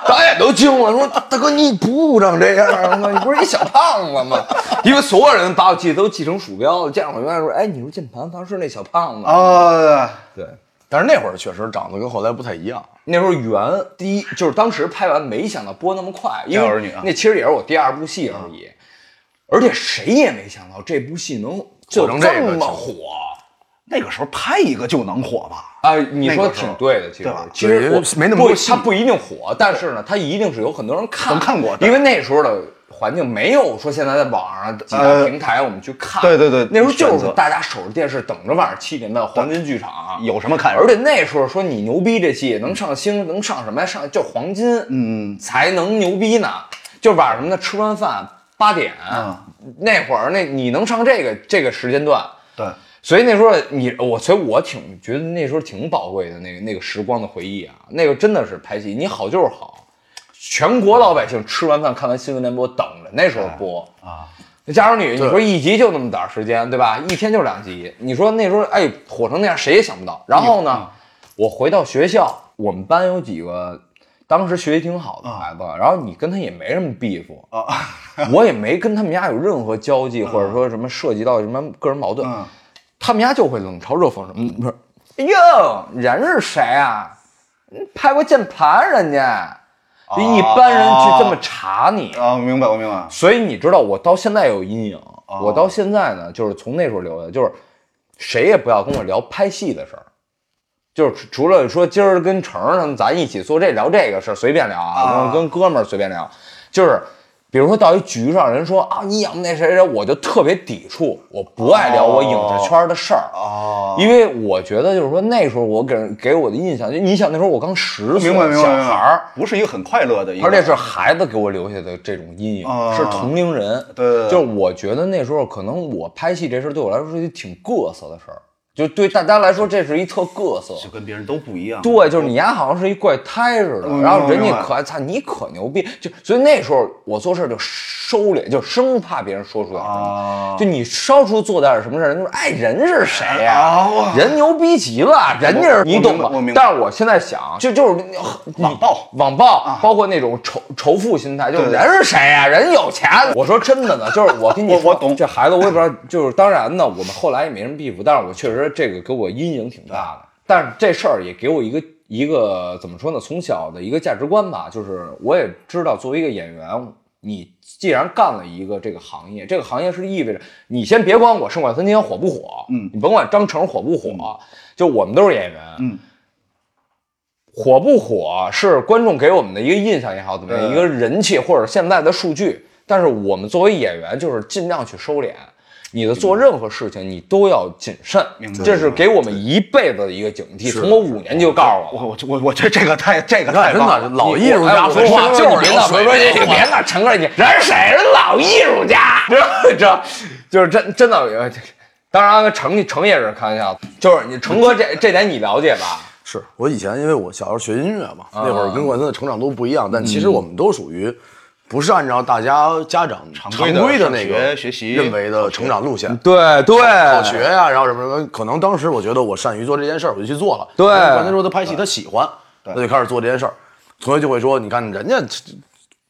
Speaker 3: 导演都惊了，说大哥你不长这样吗？你不是一小胖子吗？
Speaker 4: 因为所有人把我记都记成鼠标了。见着我原来说，哎，你是键盘当时那小胖子。
Speaker 2: 啊，
Speaker 4: 对，
Speaker 3: 但是那会儿确实长得跟后来不太一样。
Speaker 4: 那时候圆，第一就是当时拍完没想到播那么快，因
Speaker 2: 家有儿女嗯
Speaker 4: 为
Speaker 2: 啊
Speaker 4: 那其实也是我第二部戏而已，而且谁也没想到这部戏能就
Speaker 3: 成这
Speaker 4: 这
Speaker 3: 个
Speaker 4: 么
Speaker 3: 情
Speaker 4: 火
Speaker 2: 那个时候拍一个就能火吧？
Speaker 4: 啊！你说
Speaker 2: 那
Speaker 4: 的
Speaker 2: 个时候
Speaker 4: 挺对的，其实
Speaker 2: 对吧
Speaker 4: 其实
Speaker 3: 对
Speaker 4: 我
Speaker 3: 没那么多
Speaker 4: 不
Speaker 3: 戏
Speaker 4: 它不一定火，但是呢，它一定是有很多人看
Speaker 2: 能看过对
Speaker 4: 因为那时候的环境没有说现在在网上几大
Speaker 2: 呃
Speaker 4: 平台我们去看，
Speaker 2: 对对对
Speaker 4: 那时候就
Speaker 2: 选
Speaker 4: 是
Speaker 2: 择
Speaker 4: 大家守着电视等着晚上七点的黄金剧场，
Speaker 2: 有什么看？
Speaker 4: 而且那时候说你牛逼这戏能上星，能上什么呀？上就黄金，嗯，才能牛逼呢。就晚上什么的，吃完饭八点、那会儿，那你能上这个这个时间段，
Speaker 2: 对，
Speaker 4: 所以那时候你我，所以我挺觉得那时候挺宝贵的那个那个时光的回忆啊，那个真的是拍戏，你好就是好，全国老百姓吃完饭看完新闻联播等着那时候播啊。那家有女，你说一集就那么点儿时间，对吧？一天就两集，你说那时候哎火成那样，谁也想不到。然后呢，我回到学校，我们班有几个当时学习挺好的孩子，然后你跟他也没什么 beef，我
Speaker 2: 嗯
Speaker 4: 也没跟他们家有任何交际，或者说什么涉及到什么个人矛盾。
Speaker 2: 嗯
Speaker 4: 他们家就会冷嘲热讽什么，不是？哎呦，人是谁啊？拍过键盘人家，就一般人去这么查你，
Speaker 2: 啊，明白，我明白。
Speaker 4: 所以你知道我到现在有阴影。
Speaker 2: 哦
Speaker 4: 我到现在呢，就是从那时候留的，就是谁也不要跟我聊拍戏的事儿。就是除除了说今儿跟成儿他们咱一起做这聊这个事儿，随便聊啊，
Speaker 2: 啊
Speaker 4: 跟跟哥们儿随便聊，就是比如说到一局上，人说啊你养那谁谁，我就特别抵触，我不爱聊我影视圈的事儿，
Speaker 2: 哦，
Speaker 4: 因为我觉得就是说那时候我给人给我的印象，就你想那时候我刚十岁，
Speaker 2: 明白，明白，明白
Speaker 4: 小孩儿，，
Speaker 2: 不是一个很快乐的一个，
Speaker 4: 而且是孩子给我留下的这种阴影，
Speaker 2: 啊
Speaker 4: 是同龄人。
Speaker 2: 对对对
Speaker 4: 就是我觉得那时候可能我拍戏这事儿对我来说是一挺各色的事儿，就对大家来说这是一特各色。
Speaker 2: 就跟别人都不一样。
Speaker 4: 对，就是你丫好像是一怪胎似的，
Speaker 2: 嗯
Speaker 4: 然后人
Speaker 2: 明
Speaker 4: 家
Speaker 2: 白
Speaker 4: 可爱，操你可牛逼，就所以那时候我做事就收敛，就生怕别人说出点什么。
Speaker 2: 啊，
Speaker 4: 就你稍出做点什么事儿，人家说哎，人是谁呀、
Speaker 2: 啊我
Speaker 4: 人牛逼极了，人家是
Speaker 2: 我
Speaker 4: 你懂吧
Speaker 2: 我明白我明？白
Speaker 4: 但是我现在想，就就是你
Speaker 2: 网暴
Speaker 4: 网暴，包括那种仇仇富心态，就是
Speaker 2: 对对
Speaker 4: 人是谁呀、人有钱。我说真的 呢，就是我跟你
Speaker 2: 我
Speaker 4: 说
Speaker 2: 我懂
Speaker 4: 这孩子，我也不知道，就是当然呢，我们后来也没什么 beef，但是我确实这个给我阴影挺大的。但是这事儿也给我一个一个怎么说呢？从小的一个价值观吧，就是我也知道，作为一个演员，你既然干了一个这个行业，这个行业是意味着你先别管我《生管三千》火不火，嗯
Speaker 2: 嗯
Speaker 4: 你甭管张成火不火，就我们都是演员，
Speaker 2: 嗯。
Speaker 4: 火不火是观众给我们的一个印象也好，怎么样
Speaker 2: 对
Speaker 4: 一个人气或者现在的数据，但是我们作为演员就是尽量去收敛，你的做任何事情你都要谨慎
Speaker 2: 明，白
Speaker 4: 这是给我们一辈子的一个警惕。从我五年级就告诉我了。
Speaker 2: 我我我我觉得这个太这个
Speaker 3: 你看
Speaker 2: 太
Speaker 3: 哎真
Speaker 2: 棒
Speaker 3: 的
Speaker 2: 了，
Speaker 3: 老艺术家说话就是
Speaker 4: 别
Speaker 3: 流
Speaker 4: 闹，别
Speaker 3: 水
Speaker 4: 别别别闹，陈哥你人谁人老艺术家，这这就是真真的。当然，成成也是开玩笑，就是你成哥这这点你了解吧？
Speaker 3: 是我以前因为我小时候学音乐嘛，
Speaker 2: 啊
Speaker 3: 那会儿跟管森的成长都不一样，但其实我们都属于不是按照大家家长常
Speaker 2: 规的
Speaker 3: 的
Speaker 2: 上
Speaker 3: 那个
Speaker 2: 学学习
Speaker 3: 认为的成长路线。
Speaker 4: 对对，
Speaker 3: 考学呀、然后什么什么，可能当时我觉得我善于做这件事儿，我就去做了。
Speaker 4: 对
Speaker 3: 关键说他拍戏，他喜欢，他就开始做这件事儿。同学就会说，你看人家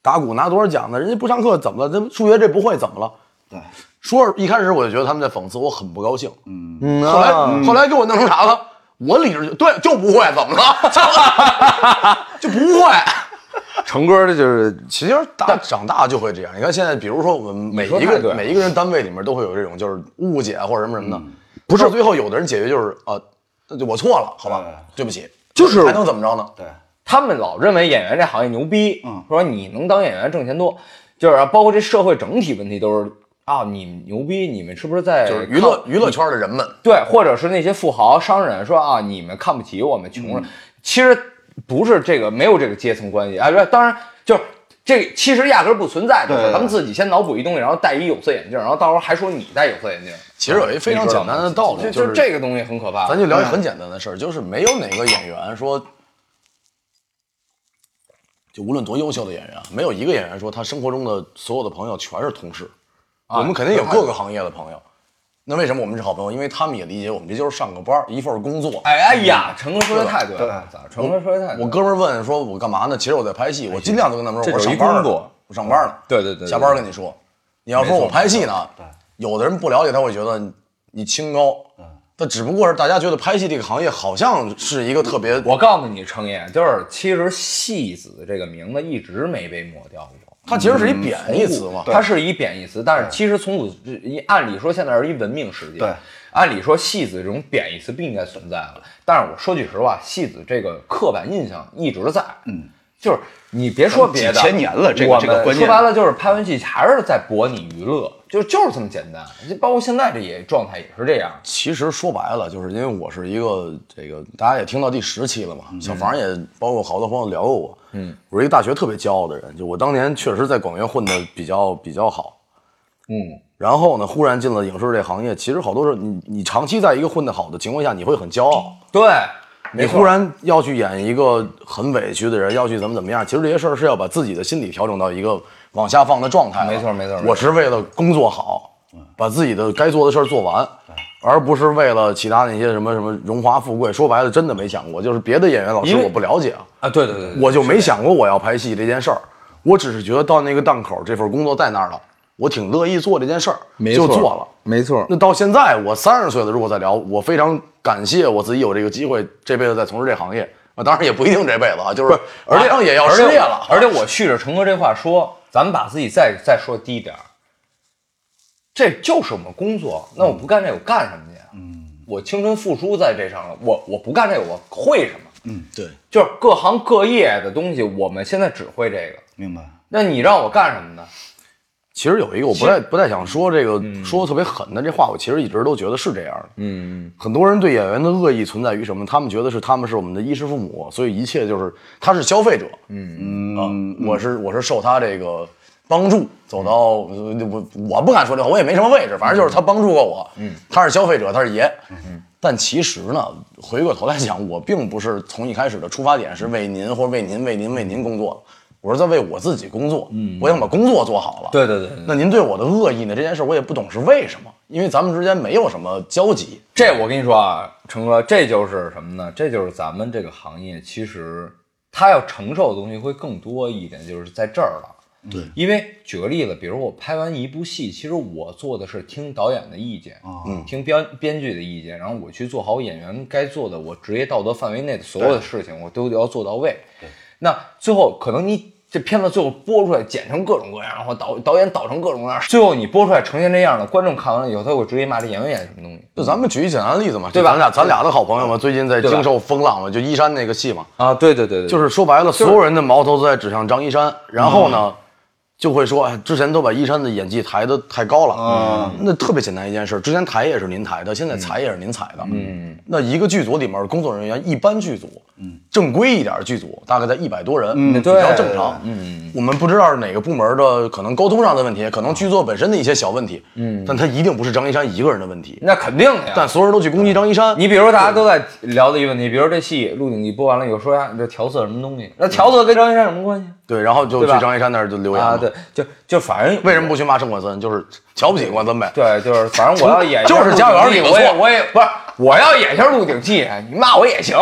Speaker 3: 打鼓拿多少奖呢？人家不上课怎么了？这数学这不会怎么了？
Speaker 2: 对，
Speaker 3: 说是一开始我就觉得他们在讽刺我，很不高兴。
Speaker 4: 嗯
Speaker 3: 后来、后来给我弄成啥了？我理智就对，就不会怎么了？ 就不会。
Speaker 4: 成哥这就是
Speaker 3: 其实大长大就会这样。你看现在，比如说我们每
Speaker 4: 你说
Speaker 3: 一
Speaker 4: 太对
Speaker 3: 个
Speaker 4: 了嗯
Speaker 3: 每一个人单位里面都会有这种就是误解或者什么什么的，不是最后有的人解决就是啊，那就我错了，好吧，对不起，
Speaker 4: 嗯就是
Speaker 3: 还能怎么着呢？
Speaker 2: 对，
Speaker 4: 他们老认为演员这行业牛逼，嗯，说你能当演员挣钱多，就是啊包括这社会整体问题都是啊，你们牛逼，你们是不是在
Speaker 3: 就是娱乐娱乐圈的人们，
Speaker 4: 对，或者是那些富豪、商人说啊，你们看不起我们穷人，
Speaker 3: 嗯
Speaker 4: 其实不是这个，没有这个阶层关系啊。不是当然就是这个，其实压根儿不存在的事儿，
Speaker 2: 对
Speaker 4: 他们自己先脑补一东西，然后戴一有色眼镜，然后到时候还说你戴有色眼镜，
Speaker 3: 其实有一非常简单的道理，
Speaker 4: 就
Speaker 3: 就
Speaker 4: 就是这个东西很可怕。
Speaker 3: 咱就聊一很简单的事儿，就是没有哪个演员说，就无论多优秀的演员，没有一个演
Speaker 4: 啊
Speaker 3: 员说他生活中的所有的朋友全是同事。我们肯定有各个行业的朋友，那为什么我们是好朋友？因为他们也理解我们这就是上个班儿一份工作。
Speaker 4: 哎哎呀，成哥说的太对了，咋？成哥说的太对了
Speaker 3: 我哥们儿问说：“我干嘛呢？”其实我在拍戏，我尽量就跟他们说：“
Speaker 4: 哎
Speaker 3: 我
Speaker 4: 这就是
Speaker 3: 上
Speaker 4: 一
Speaker 3: 班
Speaker 4: 工
Speaker 3: 呢
Speaker 4: 作
Speaker 3: 我上班呢。”
Speaker 4: 对对对对
Speaker 3: 下班跟你说。你要说我拍戏呢，有的人不了解，他会觉得你清高。他只不过是大家觉得拍戏这个行业好像是一个特别
Speaker 4: 我告诉你，程爷，就是其实“戏子”这个名字一直没被抹掉过。
Speaker 3: 它其实是一贬义
Speaker 4: 嗯
Speaker 3: 词嘛。
Speaker 4: 它是一贬义词，但是其实从古至一，按理说现在是一文明世界，
Speaker 2: 对，
Speaker 4: 按理说戏子这种贬义词不应该存在了。但是我说句实话，戏子这个刻板印象一直在，嗯，就是你别说别的，
Speaker 2: 几千年了这个
Speaker 4: 我们
Speaker 2: 这个观念
Speaker 4: 说白了就是拍完戏还是在博你娱乐，就就是这么简单。就包括现在这也状态也是这样，
Speaker 3: 其实说白了，就是因为我是一个这个，大家也听到第十期了嘛，小房也包括好多朋友聊过我，嗯，我是一个大学特别骄傲的人，就我当年确实在广院混的比较比较好，
Speaker 4: 嗯，
Speaker 3: 然后呢，忽然进了影视这行业，其实好多时候你你长期在一个混得好的情况下，你会很骄傲，
Speaker 4: 对，
Speaker 3: 你忽然要去演一个很委屈的人，要去怎么怎么样，其实这些事儿是要把自己的心理调整到一个往下放的状态了。
Speaker 4: 没错没错没错
Speaker 3: 我是为了工作好，把自己的该做的事儿做完，
Speaker 4: 嗯
Speaker 3: 而不是为了其他那些什么什么荣华富贵。说白了，真的没想过，就是别的演员老师
Speaker 4: 因为
Speaker 3: 我不了解啊，
Speaker 4: 啊，对对对对，
Speaker 3: 我就没想过我要拍戏这件事儿，我只是觉得到那个档口，这份工作在那儿了，我挺乐意做这件事儿，
Speaker 4: 没
Speaker 3: 就
Speaker 4: 错
Speaker 3: 做了。
Speaker 4: 没错，
Speaker 3: 那到现在我三十岁了，如果再聊，我非常感谢我自己有这个机会，这辈子再从事这行业。啊，当然也不一定这辈子啊，就是
Speaker 4: 而
Speaker 3: 马
Speaker 4: 且
Speaker 3: 上也要
Speaker 4: 而
Speaker 3: 失
Speaker 4: 且
Speaker 3: 业了。
Speaker 4: 而且我续着成哥这话说，咱们把自己再再说低点儿，这就是我们工作。那我不干这，我干什么去？嗯，我青春付出在这上了，我我不干这，我会什么？
Speaker 3: 嗯对，
Speaker 4: 就是各行各业的东西，我们现在只会这个。
Speaker 2: 明白？
Speaker 4: 那你让我干什么呢？
Speaker 3: 其实有嗯一个我不太不太想说这个说的特别狠的这话，我其实一直都觉得是这样的。
Speaker 4: 嗯，
Speaker 3: 很多人对演员的恶意存在于什么？他们觉得是他们是我们的衣食父母，所以一切就是他是消费者。嗯啊，我是我是受他这个帮助走到呃我我不敢说这话，我也没什么位置，反正就是他帮助过我。嗯，他是消费者，他是爷。嗯，但其实呢，回过头来讲，我并不是从一开始的出发点是为您或者为您为您为您工作的，我是在为我自己工作。嗯，我想把工作做好了。
Speaker 4: 对对对对
Speaker 3: 那您对我的恶意呢？这件事我也不懂是为什么，因为咱们之间没有什么交集。
Speaker 4: 这我跟你说啊，成哥，这就是什么呢？这就是咱们这个行业，其实他要承受的东西会更多一点，就是在这儿了。
Speaker 1: 对
Speaker 4: 因为举个例子，比如我拍完一部戏，其实我做的是听导演的意见，嗯，听编编剧的意见，然后我去做好演员该做的，我职业道德范围内的所有的事情，我都要做到位。那最后可能你这片子最后播出来，剪成各种各样，然后导导演导成各种各样，最后你播出来呈现这样的，观众看完了以后，他会直接骂这演员演什么东西。
Speaker 3: 就咱们举一简单的例子嘛，
Speaker 4: 对吧
Speaker 3: 就咱俩咱俩的好朋友嘛，最近在
Speaker 4: 对吧
Speaker 3: 经受风浪嘛，就一山那个戏嘛，
Speaker 4: 啊，对对对对，
Speaker 3: 就是嗯说白了，所有人的矛头都在指向张一山，然后呢，就会说，哎，之前都把一山的演技抬得太高了，嗯那特别简单一件事，之前抬也是您抬的，现在踩也是您踩的，嗯，那一个剧组里面工作人员，一般剧组，嗯，正规一点的剧组大概在一百多人，嗯比
Speaker 4: 对
Speaker 3: 较正常，嗯，我们不知道是哪个部门的，可能沟通上的问题，可能剧作本身的一些小问题，嗯，但它一定不是张一山一个人的问题。
Speaker 4: 那肯定的呀。
Speaker 3: 但所有人都去攻击张一山，
Speaker 4: 你比如说大家都在聊的一个问题，比如说这戏《鹿鼎记》播完了以后说呀，你这调色什么东西？那调色跟张一山有什么关系
Speaker 3: 对，然后就
Speaker 4: 对
Speaker 3: 去
Speaker 4: 吧
Speaker 3: 张嗯一山那儿就留言
Speaker 4: 啊？
Speaker 3: 嘛
Speaker 4: 对，，就就反正
Speaker 3: 为什么不去骂盛管森？就是瞧不起管森呗。
Speaker 4: 对，就是反正我要演一下
Speaker 3: 就是家园里
Speaker 4: 鹿鼎
Speaker 3: 的
Speaker 4: 记我也
Speaker 3: 错
Speaker 4: 我也不是我要演一下《鹿鼎记》，你骂我也行。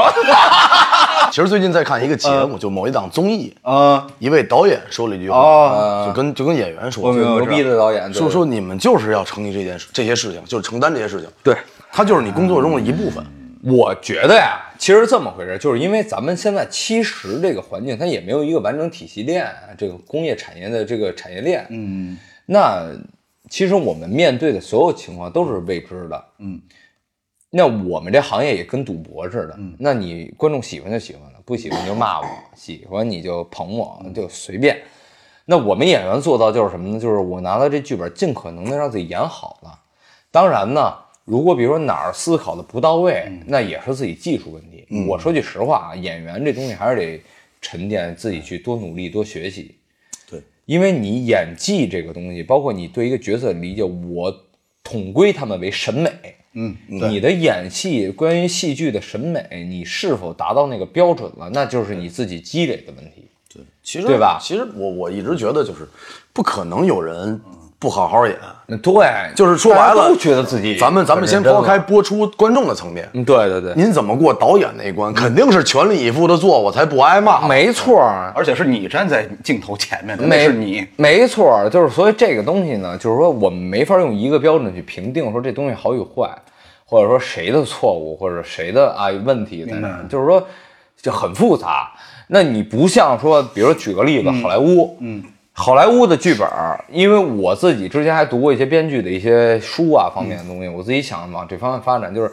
Speaker 3: 其实最近在看一个节
Speaker 4: 呃
Speaker 3: 目，就某一档综艺，
Speaker 2: 啊
Speaker 3: 一位导演说了一句话，
Speaker 2: 哦，
Speaker 3: 就跟就跟演员说，
Speaker 4: 呃我
Speaker 3: 就
Speaker 4: 牛逼的导演，对
Speaker 3: 说说你们就是要承担这件事，这些事情，就是承担这些事情，
Speaker 4: 对，
Speaker 3: 它就是你工作中的一部分。
Speaker 4: 我觉得呀，其实这么回事，就是因为咱们现在其实这个环境，它也没有一个完整体系链，这个工业产业的这个产业链，嗯，那其实我们面对的所有情况都是未知的，
Speaker 2: 嗯，
Speaker 4: 那我们这行业也跟赌博似的，嗯，那你观众喜欢就喜欢了，不喜欢就骂我，喜欢你就捧我，就随便。那我们演员做到就是什么呢？就是我拿到这剧本，尽可能的让自己演好了。当然呢，如果比如说哪儿思考的不到位，
Speaker 3: 嗯
Speaker 4: 那也是自己技术问题。我说句实话啊，演员这东西还是得沉淀，自己去多努力，多学习。
Speaker 3: 对，
Speaker 4: 因为你演技这个东西，包括你对一个角色的理解，我统归他们为审美。
Speaker 2: 嗯，
Speaker 4: 你的演戏关于戏剧的审美，你是否达到那个标准了，那就是你自己积累的问题。
Speaker 3: 其实
Speaker 4: 对吧
Speaker 3: 其实我我一直觉得就是，不可能有人不不好好演。
Speaker 4: 对，
Speaker 3: 就是说白
Speaker 4: 大家
Speaker 3: 了，
Speaker 4: 都觉得自己
Speaker 3: 咱们咱们先
Speaker 4: 嗯很认
Speaker 3: 抛
Speaker 4: 真
Speaker 3: 开
Speaker 4: 了，
Speaker 3: 播出观众的层面，
Speaker 4: 嗯，对对对，
Speaker 3: 您怎么过导演那一关？肯定是全力以赴的做，我才不挨骂。
Speaker 4: 没错儿，
Speaker 2: 而且是你站在镜头前面的，那
Speaker 4: 没
Speaker 2: 是你。
Speaker 4: 没错儿，就是所以这个东西呢，就是说我们没法用一个标准去评定说这东西好与坏，或者说谁的错误，或者谁的啊问题在哪儿，就是说就很复杂。那你不像说，比如举个例子，好莱坞，嗯，好莱坞的剧本儿，因为我自己之前还读过一些编剧的一些书啊方面的
Speaker 2: 嗯
Speaker 4: 东西，我自己想往这方面发展，就是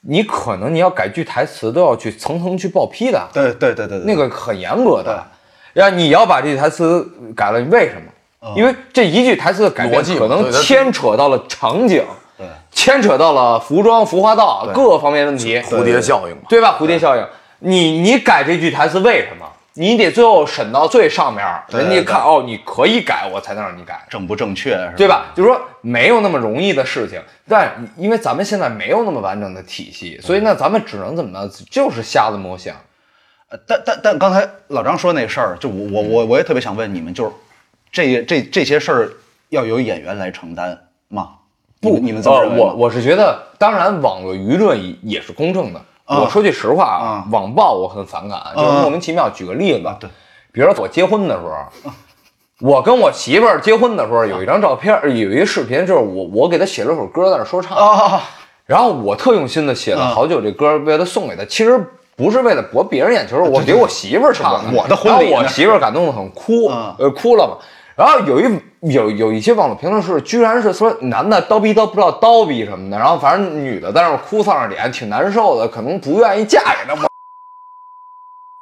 Speaker 4: 你可能你要改剧台词都要去层层去报批的，
Speaker 2: 对对对对对，
Speaker 4: 那个很严格的，让你要把这句台词改了，你为什么？因为这一句台词的改
Speaker 3: 嗯逻
Speaker 4: 变
Speaker 3: 辑嘛
Speaker 4: 可能
Speaker 3: 对它
Speaker 4: 牵扯到了场景，牵扯到了服装、服化道各方面问题，
Speaker 3: 蝴蝶效应嘛，
Speaker 4: 对吧？蝴蝶效应，你你改这句台词为什么？你得最后审到最上面，人家看哦，你可以改，我才能让你改。
Speaker 2: 正不正确是吧？
Speaker 4: 对
Speaker 3: 嗯
Speaker 4: 吧？就是说没有那么容易的事情，但因为咱们现在没有那么完整的体系，所以
Speaker 3: 嗯
Speaker 4: 呢，咱们只能怎么呢？就是瞎子摸象。
Speaker 2: 呃但但但刚才老张说那事儿，就我我我我也特别想问你们，就是这这这些事儿要由演员来承担吗？你
Speaker 4: 不，
Speaker 2: 们你们怎么
Speaker 4: 呃
Speaker 2: 认为吗？
Speaker 4: 我我是觉得，当然网络舆论也也是公正的。
Speaker 2: 啊
Speaker 4: 我说句实话啊，网暴我很反感，啊就是莫名其妙。举个例子，
Speaker 2: 啊对，
Speaker 4: 比如说我结婚的时 候，我跟我媳妇儿结婚的时候，有一张照片，有一个视频，就是我我给她写了首歌，在那说唱。
Speaker 2: 啊，
Speaker 4: 然后我特用心的写
Speaker 2: 嗯
Speaker 4: 了好久这歌，为了送给她，其实不是为了博别人眼球，
Speaker 2: 啊
Speaker 4: 我给我媳妇儿唱
Speaker 2: 我的婚礼呢
Speaker 4: 然后我媳妇儿感动的很哭，
Speaker 2: 嗯
Speaker 4: 呃，哭了嘛。然后有一有有一些网络评论是，居然是说男的叨逼叨不知道叨逼什么的，然后反正女的在那儿哭丧着脸，挺难受的，可能不愿意嫁 给他。我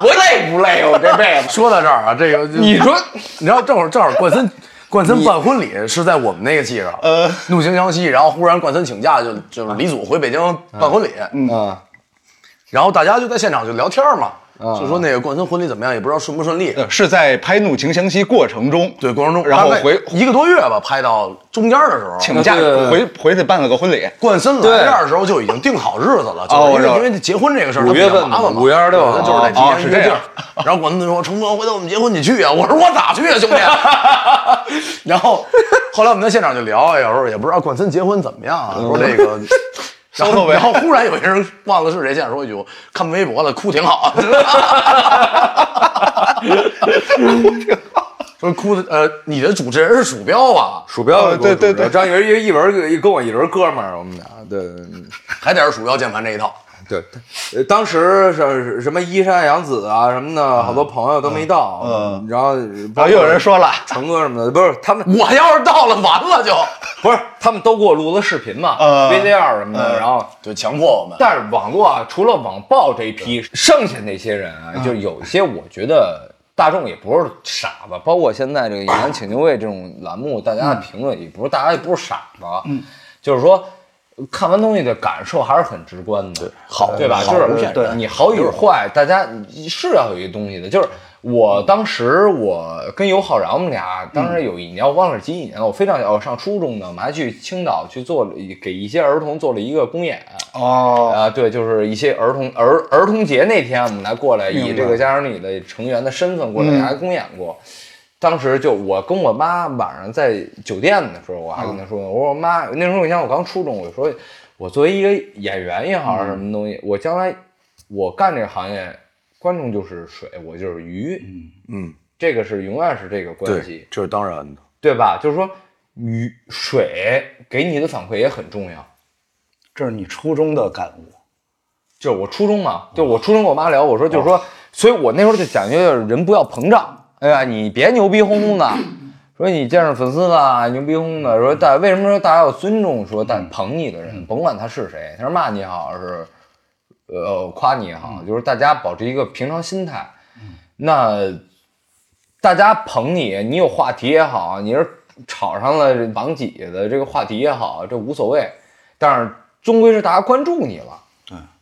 Speaker 4: 我累不
Speaker 2: 啊
Speaker 4: 累？我这辈子，
Speaker 3: 说到这儿啊，这个就
Speaker 4: 你说
Speaker 3: 你知道正好正好冠森冠森办婚礼是在我们那个系上，呃，怒晴湘西，然后忽然冠森请假就就是李祖回北京办婚礼，
Speaker 2: 嗯呃
Speaker 4: 啊，
Speaker 3: 然后大家就在现场就聊天嘛，
Speaker 2: 嗯
Speaker 3: 就说那个冠森婚礼怎么样，也不知道顺不顺利。
Speaker 2: 呃是在拍《怒晴湘西》过程中，
Speaker 3: 对，过程中
Speaker 2: 然后
Speaker 3: 大概
Speaker 2: 回
Speaker 3: 一个多月吧，拍到中间的时候，
Speaker 2: 请假
Speaker 4: 对对对
Speaker 2: 回回去办了个婚礼，
Speaker 3: 冠森来这儿的时候就已经定好日子了，
Speaker 2: 哦
Speaker 3: 就是因
Speaker 2: 我
Speaker 3: 为
Speaker 2: 知道
Speaker 3: 因为结婚这个事儿，
Speaker 4: 五月
Speaker 3: 他比
Speaker 4: 份
Speaker 3: 较麻烦嘛，
Speaker 4: 五月二十六
Speaker 3: 那就是得
Speaker 2: 哦
Speaker 3: 提前
Speaker 2: 是
Speaker 3: 约
Speaker 2: 这
Speaker 3: 地
Speaker 2: 样
Speaker 3: 儿。然后冠森说：“成哥，回头我们结婚你去啊。”我说：“我咋去啊，兄弟？”然后后来我们在现场就聊，有时候也不知道冠森结婚怎么样啊，说这个。然后，然后忽然有一人忘了是谁，现场说一句：“我看微博了，哭挺好。”说哭的，呃，你的主持人是鼠标啊吧？
Speaker 4: 鼠标
Speaker 2: 哦对对对
Speaker 4: 张云一一文跟我一文哥们儿，我们俩对对对。
Speaker 3: 还得是鼠标键盘这一套。
Speaker 4: 对，呃，当时是什么一山杨子啊什么的，好多朋友都没到，
Speaker 2: 嗯
Speaker 4: 然后
Speaker 2: 然后又有人说了，
Speaker 4: 成哥什么的，不是他们，
Speaker 3: 我要是到了，完了就
Speaker 4: 不是他们都给我录了视频嘛、
Speaker 2: 呃
Speaker 4: v c r 什么的，然后。
Speaker 3: 就强迫我们。
Speaker 4: 但是网络啊，除了网暴这一批，剩下那些人啊，就有一些我觉得大众也不是傻子，包括现在这个《演员请就位》这种栏目，大家的评论也不是大家也不是傻子，嗯，就是说看完东西的感受还是很直观的，对，
Speaker 3: 好
Speaker 4: 对吧？
Speaker 3: 好
Speaker 4: 就
Speaker 3: 无
Speaker 4: 是
Speaker 3: 限
Speaker 4: 对你好与坏，大家是要有一个东西的，就是。我当时我跟尤浩然，我们俩当时有一年，我忘了是几几年了，我非常小，我上初中呢，我们还去青岛去做了一给一些儿童做了一个公演，
Speaker 2: 哦，
Speaker 4: 啊，对，就是一些儿童儿儿童节那天，我们来过来，以这个家长里的成员的身份过
Speaker 3: 嗯
Speaker 4: 来，还公演过。当时就我跟我妈晚上在酒店的时候，我还
Speaker 3: 嗯
Speaker 4: 跟她说，我说妈，那时候你像我刚初中，我说我作为一个演员也
Speaker 3: 嗯
Speaker 4: 好，啊什么东西，我将来我干这个行业，观众就是水，我就是鱼，嗯
Speaker 3: 嗯，
Speaker 4: 这个是永远是这个关系
Speaker 3: 对，，这是当然的。
Speaker 4: 对吧？就是说鱼水给你的反馈也很重要。
Speaker 2: 这是你初中的感悟，
Speaker 4: 就是我初中嘛，就我初中跟我妈聊，我说就是说，所以我那时候就讲究就是人不要膨胀，哎呀，你别牛逼哄哄的，说你见着粉丝了牛逼哄哄的，说但为什么说大家要尊重说但捧你的人，甭管他是谁，他是骂你也好，是呃夸你也好，就是大家保持一个平常心态。那大家捧你，你有话题也好，你是炒上了榜几的这个话题也好，这无所谓，但是终归是大家关注你了。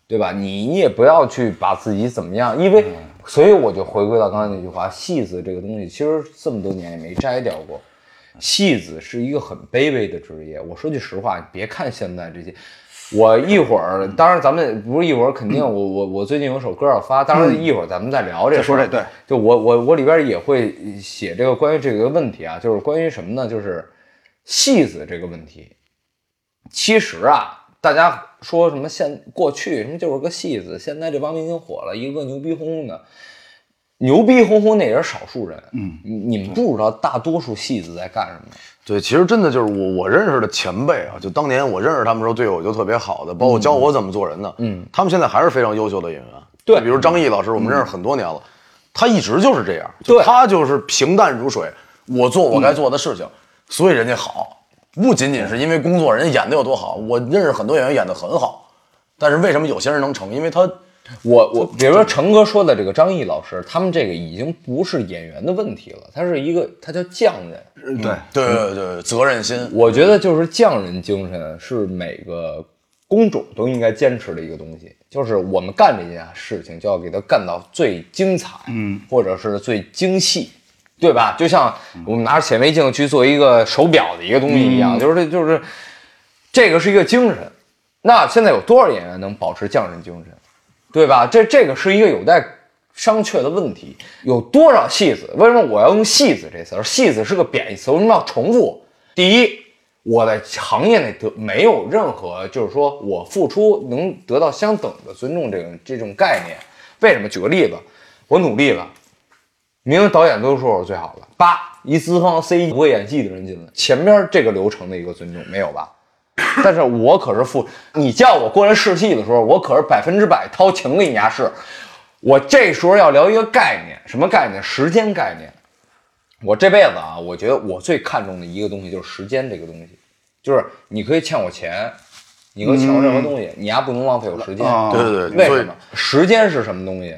Speaker 4: 对吧？你你也不要去把自己怎么样，因为、
Speaker 2: 嗯
Speaker 4: 所以我就回归到刚才那句话，戏子这个东西其实这么多年也没摘掉过。戏子是一个很卑微的职业。我说句实话，别看现在这些，我一会儿，当然咱们不是一会儿，肯定我我我最近有首歌要发，当然一会儿咱们再聊
Speaker 2: 嗯
Speaker 4: 这
Speaker 2: 再
Speaker 4: 事儿
Speaker 2: 说这对，
Speaker 4: 就我我我里边也会写这个关于这个问题啊，就是关于什么呢？就是戏子这个问题，其实啊，大家说什么现过去什么就是个戏子，现在这帮明星火了，一个牛逼哄哄的，牛逼哄哄那也是少数人。嗯，你们不知道大多数戏子在干什么。
Speaker 3: 对，其实真的就是我我认识的前辈啊，就当年我认识他们的时候对我就特别好的，包括教我怎么做人的，嗯，他们现在还是非常优秀的演员。
Speaker 4: 对
Speaker 3: 比如张译老师，我们认识很多年了，他一直就是这样，
Speaker 4: 对
Speaker 3: 他就是平淡如水，我做我该做的事情，所以人家好，不仅仅是因为工作，人家演的有多好，我认识很多演员演的很好，但是为什么有些人能成？因为他
Speaker 4: 我我，比如说成哥说的这个张译老师，他们这个已经不是演员的问题了，他是一个，他叫匠人。
Speaker 2: 对，
Speaker 3: 嗯对对对责任心，
Speaker 4: 我觉得就是匠人精神是每个工种都应该坚持的一个东西，就是我们干这件事情就要给它干到最精彩，嗯，或者是最精细，对吧？就像我们拿着显微镜去做一个手表的一个东西一样，就是这就是这个是一个精神。那现在有多少演员能保持匠人精神，对吧？这这个是一个有待商榷的问题。有多少戏子？为什么我要用戏子这词儿？戏子是个贬义词，为什么要重复？第一，我在行业内得没有任何就是说我付出能得到相等的尊重这种这种概念。为什么？举个例子，我努力了，明明导演都说我是最好的，叭，一资方 C E 不会演技的人进来，前边这个流程的一个尊重没有吧？但是我可是付，你叫我过来试戏的时候，我可是百分之百掏情给你家试。我这时候要聊一个概念，什么概念？时间概念。我这辈子啊，我觉得我最看重的一个东西就是时间这个东西，就是你可以欠我钱，你可以欠我任何东西，你丫不能浪费我时间。
Speaker 2: 啊
Speaker 3: 对对对，
Speaker 4: 为
Speaker 3: 所
Speaker 4: 什
Speaker 3: 以
Speaker 4: 么？时间是什么东西？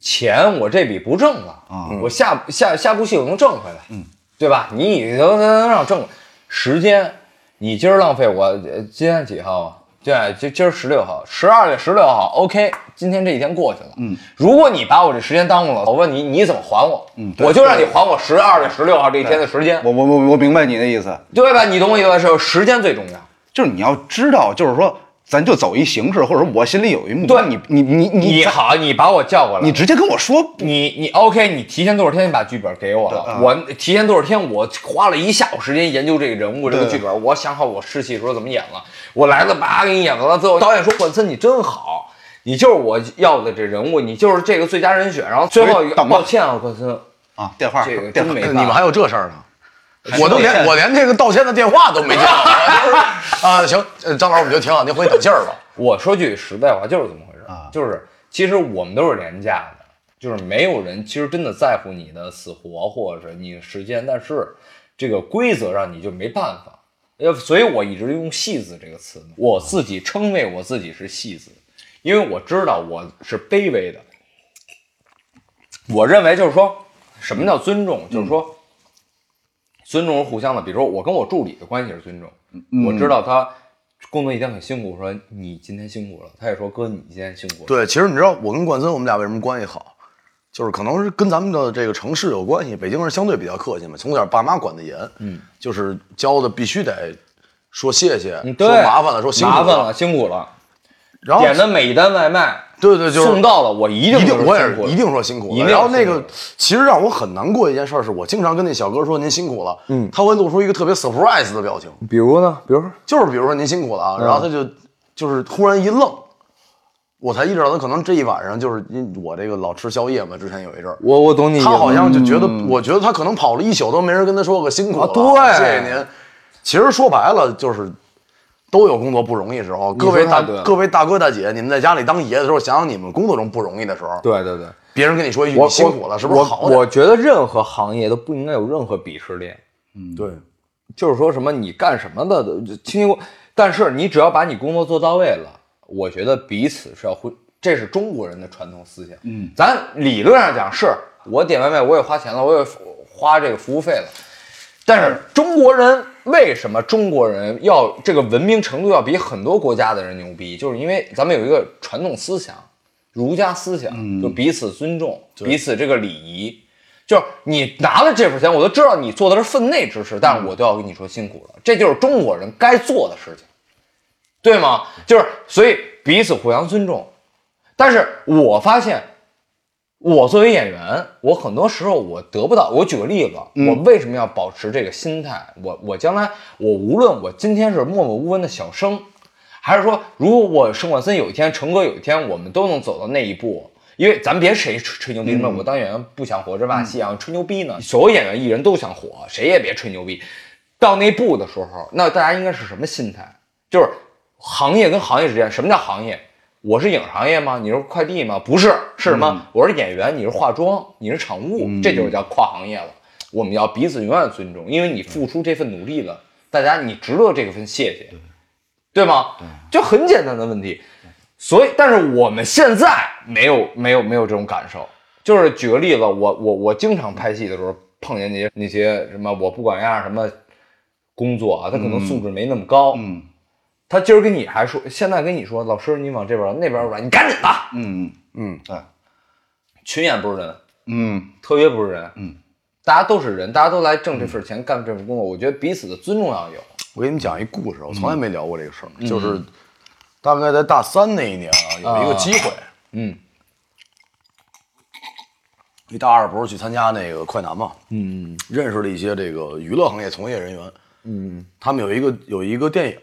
Speaker 4: 钱我这笔不挣了，我下下下部戏我能挣回来，啊嗯，对吧？你已经能能让我挣了时间，你今儿浪费我，呃今天几号啊？对，今今儿十六号，十二月十六号，OK，今天这一天过去了。嗯，如果你把我这时间耽误了，我问你你怎么还我？嗯，我就让你还我十二月十六号这一天的时间，
Speaker 2: 我我我我明白你的意思，
Speaker 4: 对吧？你懂我意思吧？是时间最重要。
Speaker 2: 就是你要知道，就是说咱就走一形式，或者我心里有一目标，
Speaker 4: 对
Speaker 2: 你你你
Speaker 4: 你
Speaker 2: 你
Speaker 4: 好，你把我叫过来，
Speaker 2: 你直接跟我说不
Speaker 4: 你你 OK，你提前多少天把剧本给我了？
Speaker 2: 啊
Speaker 4: 我提前多少天？我花了一下午时间研究这个人物、这个剧本，我想好我试戏时候怎么演了。我来了，叭给你演完了。最后导演说：“管森，你真好，你就是我要的这人物，你就是这个最佳人选。”然后最后一个
Speaker 2: 等吧
Speaker 4: 抱歉啊，管森，
Speaker 2: 啊，电话
Speaker 4: 这个
Speaker 2: 电
Speaker 4: 真
Speaker 2: 话
Speaker 4: 没
Speaker 3: 你
Speaker 4: 办法。
Speaker 3: 们还有这事儿呢？我都
Speaker 2: 道
Speaker 3: 连
Speaker 2: 歉
Speaker 3: 我连这个道歉的电话都没接到 啊！行，呃张老师我们就挺好，您回去等信儿吧。
Speaker 4: 我说句实在话，就是这么回事啊，就是其实我们都是廉价的，就是没有人其实真的在乎你的死活或者是你的时间，但是这个规则让你就没办法。呃，所以我一直用“戏子”这个词嘛，我自己称谓我自己是戏子，因为我知道我是卑微的。我认为就是说，什么叫尊重？就是说，
Speaker 3: 嗯
Speaker 4: 尊重是互相的。比如说，我跟我助理的关系是尊重，
Speaker 3: 嗯
Speaker 4: 我知道他工作一天很辛苦，我说你今天辛苦了，他也说哥你今天辛苦了。
Speaker 3: 对，其实你知道我跟冠森我们俩为什么关系好，就是可能是跟咱们的这个城市有关系。北京人相对比较客气嘛，从小爸妈管得严，嗯，就是教的必须得说谢谢，
Speaker 4: 嗯，对，
Speaker 3: 说麻烦了，说辛苦
Speaker 4: 麻烦了，辛苦了，
Speaker 3: 然后
Speaker 4: 点的每一单外卖，
Speaker 3: 对对，就是
Speaker 4: 送到了，我一定
Speaker 3: 一
Speaker 4: 就
Speaker 3: 定，我也
Speaker 4: 辛苦
Speaker 3: 是
Speaker 4: 了
Speaker 3: 一定说辛苦
Speaker 4: 一
Speaker 3: 了。
Speaker 4: 定
Speaker 3: 然后那
Speaker 4: 辛苦
Speaker 3: 个其实让我很难过的一件事是，我经常跟那小哥说您辛苦了，嗯，他会露出一个特别 surprise 的表情，
Speaker 4: 比如呢，比如说
Speaker 3: 就是比如说您辛苦了啊，然后他就就是忽然一愣，我才意识到他可能这一晚上就是因我这个老吃宵夜嘛，之前有一阵儿，
Speaker 4: 我我懂你意思，
Speaker 3: 他好像就觉得，我觉得他可能跑了一宿都没人跟他说个辛苦了，
Speaker 4: 啊对
Speaker 3: 谢谢您。其实说白了就是。都有工作不容易的时候，各位
Speaker 4: 说太
Speaker 3: 大
Speaker 4: 对了
Speaker 3: 各位大哥大姐，你们在家里当爷的时候，想想你们工作中不容易的时候，
Speaker 4: 对对对，
Speaker 3: 别人跟你说一句
Speaker 4: 我
Speaker 3: 你辛苦了，是不是
Speaker 4: 我
Speaker 3: 好点
Speaker 4: 我觉得任何行业都不应该有任何鄙视链，
Speaker 3: 对，
Speaker 4: 就是说什么你干什么的都就辛辛苦，但是你只要把你工作做到位了，我觉得彼此是要互，这是中国人的传统思想。嗯，咱理论上讲是我点外卖我也花钱了，我也花这个服务费了，但是中国人为什么中国人要这个文明程度要比很多国家的人牛逼？就是因为咱们有一个传统思想，儒家思想，就彼此尊重，彼此这个礼仪。就是你拿了这份钱，我都知道你做的是分内之事，但是我都要跟你说辛苦了，这就是中国人该做的事情，对吗？就是所以彼此互相尊重。但是我发现我作为演员，我很多时候我得不到。我举个例子，我为什么要保持这个心态？我我将来，我无论我今天是默默无闻的小生，还是说，如果我盛冠森有一天，成哥有一天，我们都能走到那一步。因为咱别谁吹吹牛逼什么，我当演员不想火，这把戏啊，吹牛逼呢。所有演员艺人都想火，谁也别吹牛逼。到那步的时候，那大家应该是什么心态？就是行业跟行业之间，什么叫行业？我是影视行业吗？你是快递吗？不是，是什么？我是演员，你是化妆，你是场务，这就是叫跨行业了。我们要彼此永远尊重，因为你付出这份努力了，大家你值得这份谢谢，对吗？就很简单的问题。所以，但是我们现在没有没有没有这种感受。就是举个例子，我我我经常拍戏的时候碰见那些那些什么，我不管呀什么工作啊，他可能素质没那么高，
Speaker 2: 嗯
Speaker 4: 他今儿跟你还说，现在跟你说，老师你往这边儿那边儿转，你赶紧的。
Speaker 2: 嗯
Speaker 4: 群演不是人，
Speaker 2: 嗯
Speaker 4: 特约不是人，
Speaker 2: 嗯，
Speaker 4: 大家都是人，大家都来挣这份钱，干这份工作，我觉得彼此的尊重要有。
Speaker 3: 我给你们讲一故事，我从来没聊过这个事儿，就是大概在大三那一年啊，有一个机会，
Speaker 4: 嗯
Speaker 3: 一大二不是去参加那个快男嘛，嗯，认识了一些这个娱乐行业从业人员，嗯，他们有一个有一个电影，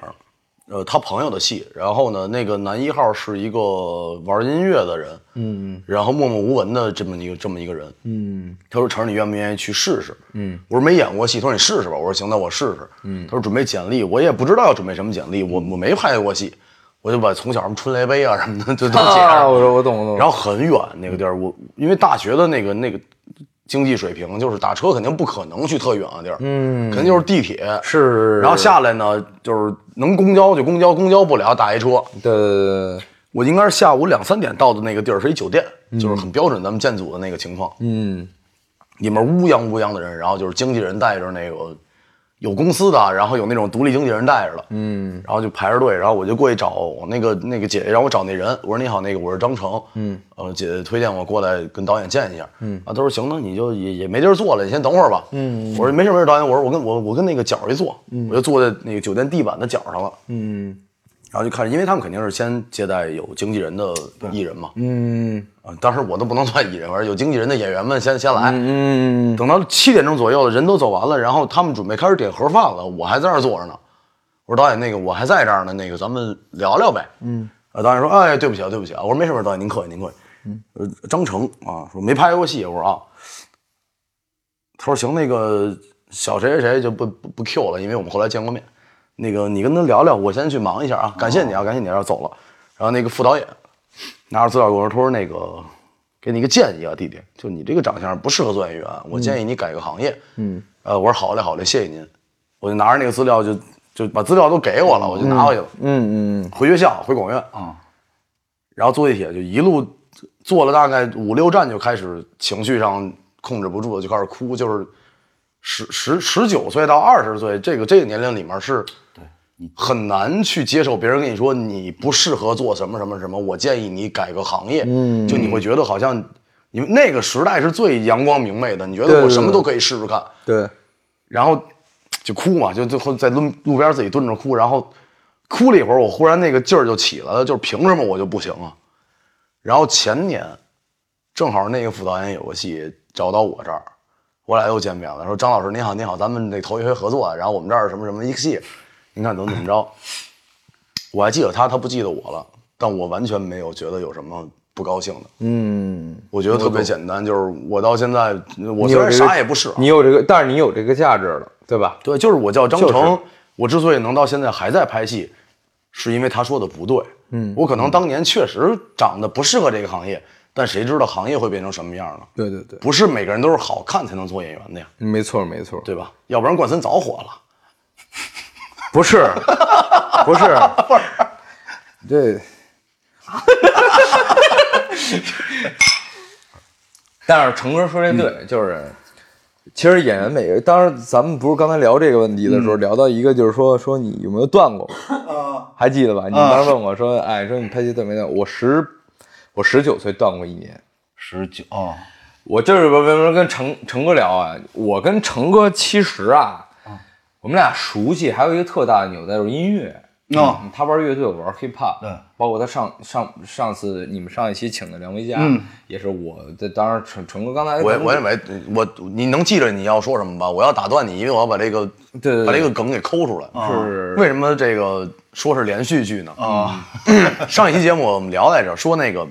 Speaker 3: 呃，他朋友的戏，然后呢，那个男一号是一个玩音乐的人，嗯，然后默默无闻的这么一个这么一个人，嗯，他说成儿你愿不愿意去试试？嗯，我说没演过戏，他说你试试吧，我说行，那我试试，嗯，他说准备简历，我也不知道要准备什么简历，我我没拍过戏，我就把从小什么春雷杯啊什么的就都写上了，
Speaker 4: 啊我说我懂我懂
Speaker 3: 然后很远那个地儿，我因为大学的那个那个经济水平，就是打车肯定不可能去特远的地儿，嗯，肯定就是地铁。
Speaker 4: 是
Speaker 3: 然后下来呢，就是能公交就公交，公交不了打一车。
Speaker 4: 的
Speaker 3: 我应该是下午两三点到的那个地儿，是一酒店，就是很标准咱们建组的那个情况，
Speaker 4: 嗯
Speaker 3: 里面乌泱乌泱的人，然后就是经纪人带着那个有公司的，然后有那种独立经纪人带着的，
Speaker 4: 嗯
Speaker 3: 然后就排着队，然后我就过去找我那个那个姐姐，让我找那人。我说你好，那个我是张成，嗯，呃，姐姐推荐我过来跟导演见一下，嗯，啊，她说行，那你就也也没地儿坐了，你先等会儿吧，嗯，我说没事没事，导演，我说我跟我我跟那个角儿一坐，我就坐在那个酒店地板的角上了，
Speaker 4: 嗯
Speaker 3: 然后就看，因为他们肯定是先接待有经纪人的艺人嘛，
Speaker 4: 嗯
Speaker 3: 啊，当时我都不能算艺人，反正有经纪人的演员们先先来，
Speaker 4: 嗯
Speaker 3: 等到七点钟左右了，人都走完了，然后他们准备开始点盒饭了，我还在那儿坐着呢。我说导演，那个我还在这儿呢，那个咱们聊聊呗。嗯，啊，导演说，哎，对不起啊，对不起啊。我说没事吧，导演您客气您客气。嗯，呃，张成啊，说没拍过戏，我说啊，他说行，那个小谁谁谁就不不不 Q 了，因为我们后来见过面。那个你跟他聊聊，我先去忙一下啊，感谢你啊，感谢你啊，走了。然后那个副导演拿着资料跟我说，他说那个给你一个建议啊，弟弟，就你这个长相不适合做演员，我建议你改个行业。嗯，呃，我说好嘞好嘞，谢谢您。我就拿着那个资料就就把资料都给我了，我就拿回去了，
Speaker 4: 嗯嗯
Speaker 3: 回学校回广院
Speaker 2: 啊，
Speaker 3: 然后坐地铁就一路坐了大概五六站就开始情绪上控制不住了，就开始哭，就是十十十九岁到二十岁这个这个年龄里面是。很难去接受别人跟你说你不适合做什么什么什么，我建议你改个行业，嗯，就你会觉得好像你那个时代是最阳光明媚的，你觉
Speaker 4: 对
Speaker 3: 得我
Speaker 4: 对
Speaker 3: 什么
Speaker 4: 对
Speaker 3: 都可以试试看，
Speaker 4: 对，
Speaker 3: 然后就哭嘛，就最后在路路边自己蹲着哭，然后哭了一会儿，我忽然那个劲儿就起来了，就是凭什么我就不行啊？然后前年正好那个副导演有个戏找到我这儿，我俩又见面了，说张老师您好您好，咱们那头一回合作啊，然后我们这儿什么什么一个戏，您看怎么怎么着？我还记得他，他不记得我了，但我完全没有觉得有什么不高兴的，
Speaker 4: 嗯，
Speaker 3: 我觉得特别简单，就是我到现在我
Speaker 4: 你
Speaker 3: 虽
Speaker 4: 有
Speaker 3: 然
Speaker 4: 这个
Speaker 3: 啥也不是啊，
Speaker 4: 你有这个，但是你有这个价值了，对吧？
Speaker 3: 对，就是我叫张成，
Speaker 4: 就是
Speaker 3: 我之所以能到现在还在拍戏，是因为他说的不对。嗯，我可能当年确实长得不适合这个行业，但谁知道行业会变成什么样呢？
Speaker 4: 对对对，
Speaker 3: 不是每个人都是好看才能做演员的呀，
Speaker 4: 没错没错，
Speaker 3: 对吧？要不然冠森早火了。
Speaker 4: 不是不是不是， 对。但是成哥说这
Speaker 3: 嗯
Speaker 4: 对，就是其实演员每个，当然咱们不是刚才聊这个问题的时
Speaker 3: 嗯
Speaker 4: 候，聊到一个就是说说你有没有断过，
Speaker 3: 啊
Speaker 4: 还记得吧？你当时问我说，哎，说你拍戏断没断？我十我十九岁断过一年，
Speaker 2: 十九哦，
Speaker 4: 我就是不不不跟成成哥聊啊，我啊跟成哥其实啊，我们俩熟悉，还有一个特大的纽带就是音乐，
Speaker 2: 哦，
Speaker 4: 他玩乐队，我玩 hip hop，
Speaker 2: 对
Speaker 4: 包括他上上上次你们上一期请的梁维嘉，也是我的，当然成成哥刚才
Speaker 3: 我也我也没我你能记着你要说什么吧？我要打断你，因为我要把这个
Speaker 4: 对对对
Speaker 3: 把这个梗给抠出来。
Speaker 4: 是
Speaker 3: 为什么这个说是连续剧呢？啊、上一期节目我们聊来着，说那个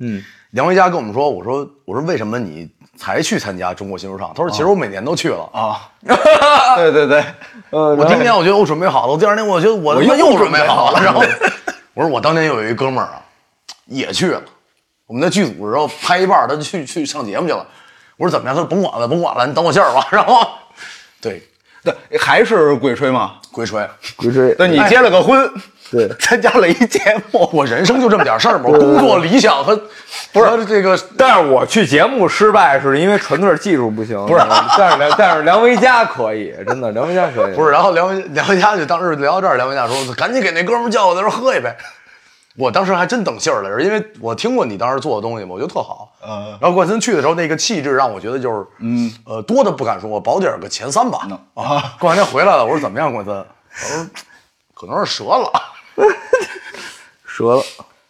Speaker 4: 嗯
Speaker 3: 梁维嘉跟我们说，我说我说为什么你才去参加中国新说唱？他说其实我每年都去了。
Speaker 2: 啊，对对对，
Speaker 4: 呃，
Speaker 3: 我
Speaker 4: 然
Speaker 3: 第
Speaker 4: 后
Speaker 3: 一年我觉得我准备好了，我第二年我觉得我
Speaker 4: 我
Speaker 3: 他妈
Speaker 4: 又
Speaker 3: 准备好了，
Speaker 4: 准备
Speaker 3: 然后 我说我当年有一哥们儿啊，也去了，我们在剧组的时候拍一半儿，他就去去上节目去了。我说怎么样？他说甭管了，甭管了，你等我信儿吧。然后，对，
Speaker 2: 对，还是鬼吹嘛？
Speaker 3: 鬼吹，
Speaker 4: 鬼吹，
Speaker 2: 对你结了个婚，
Speaker 4: 对
Speaker 2: 参加了一节目，
Speaker 3: 我人生就这么点事儿嘛，我工作理想和 不是这个
Speaker 4: 但是我去节目失败是因为纯粹是技术不行，不是，但是梁但是梁维嘉可以，真的梁维嘉可以，
Speaker 3: 不是，然后梁文梁文佳就当时聊到这儿，梁文佳说：“赶紧给那哥们儿叫过来，说喝一杯。”我当时还真等信儿来着，因为我听过你当时做的东西嘛，我觉得特好。
Speaker 2: 嗯
Speaker 3: 然后冠森去的时候，那个气质让我觉得就是，嗯，呃，多的不敢说，我保底儿个前三吧。啊，过完年回来了，我说怎么样，冠森？我说可能是折了。
Speaker 4: 折了，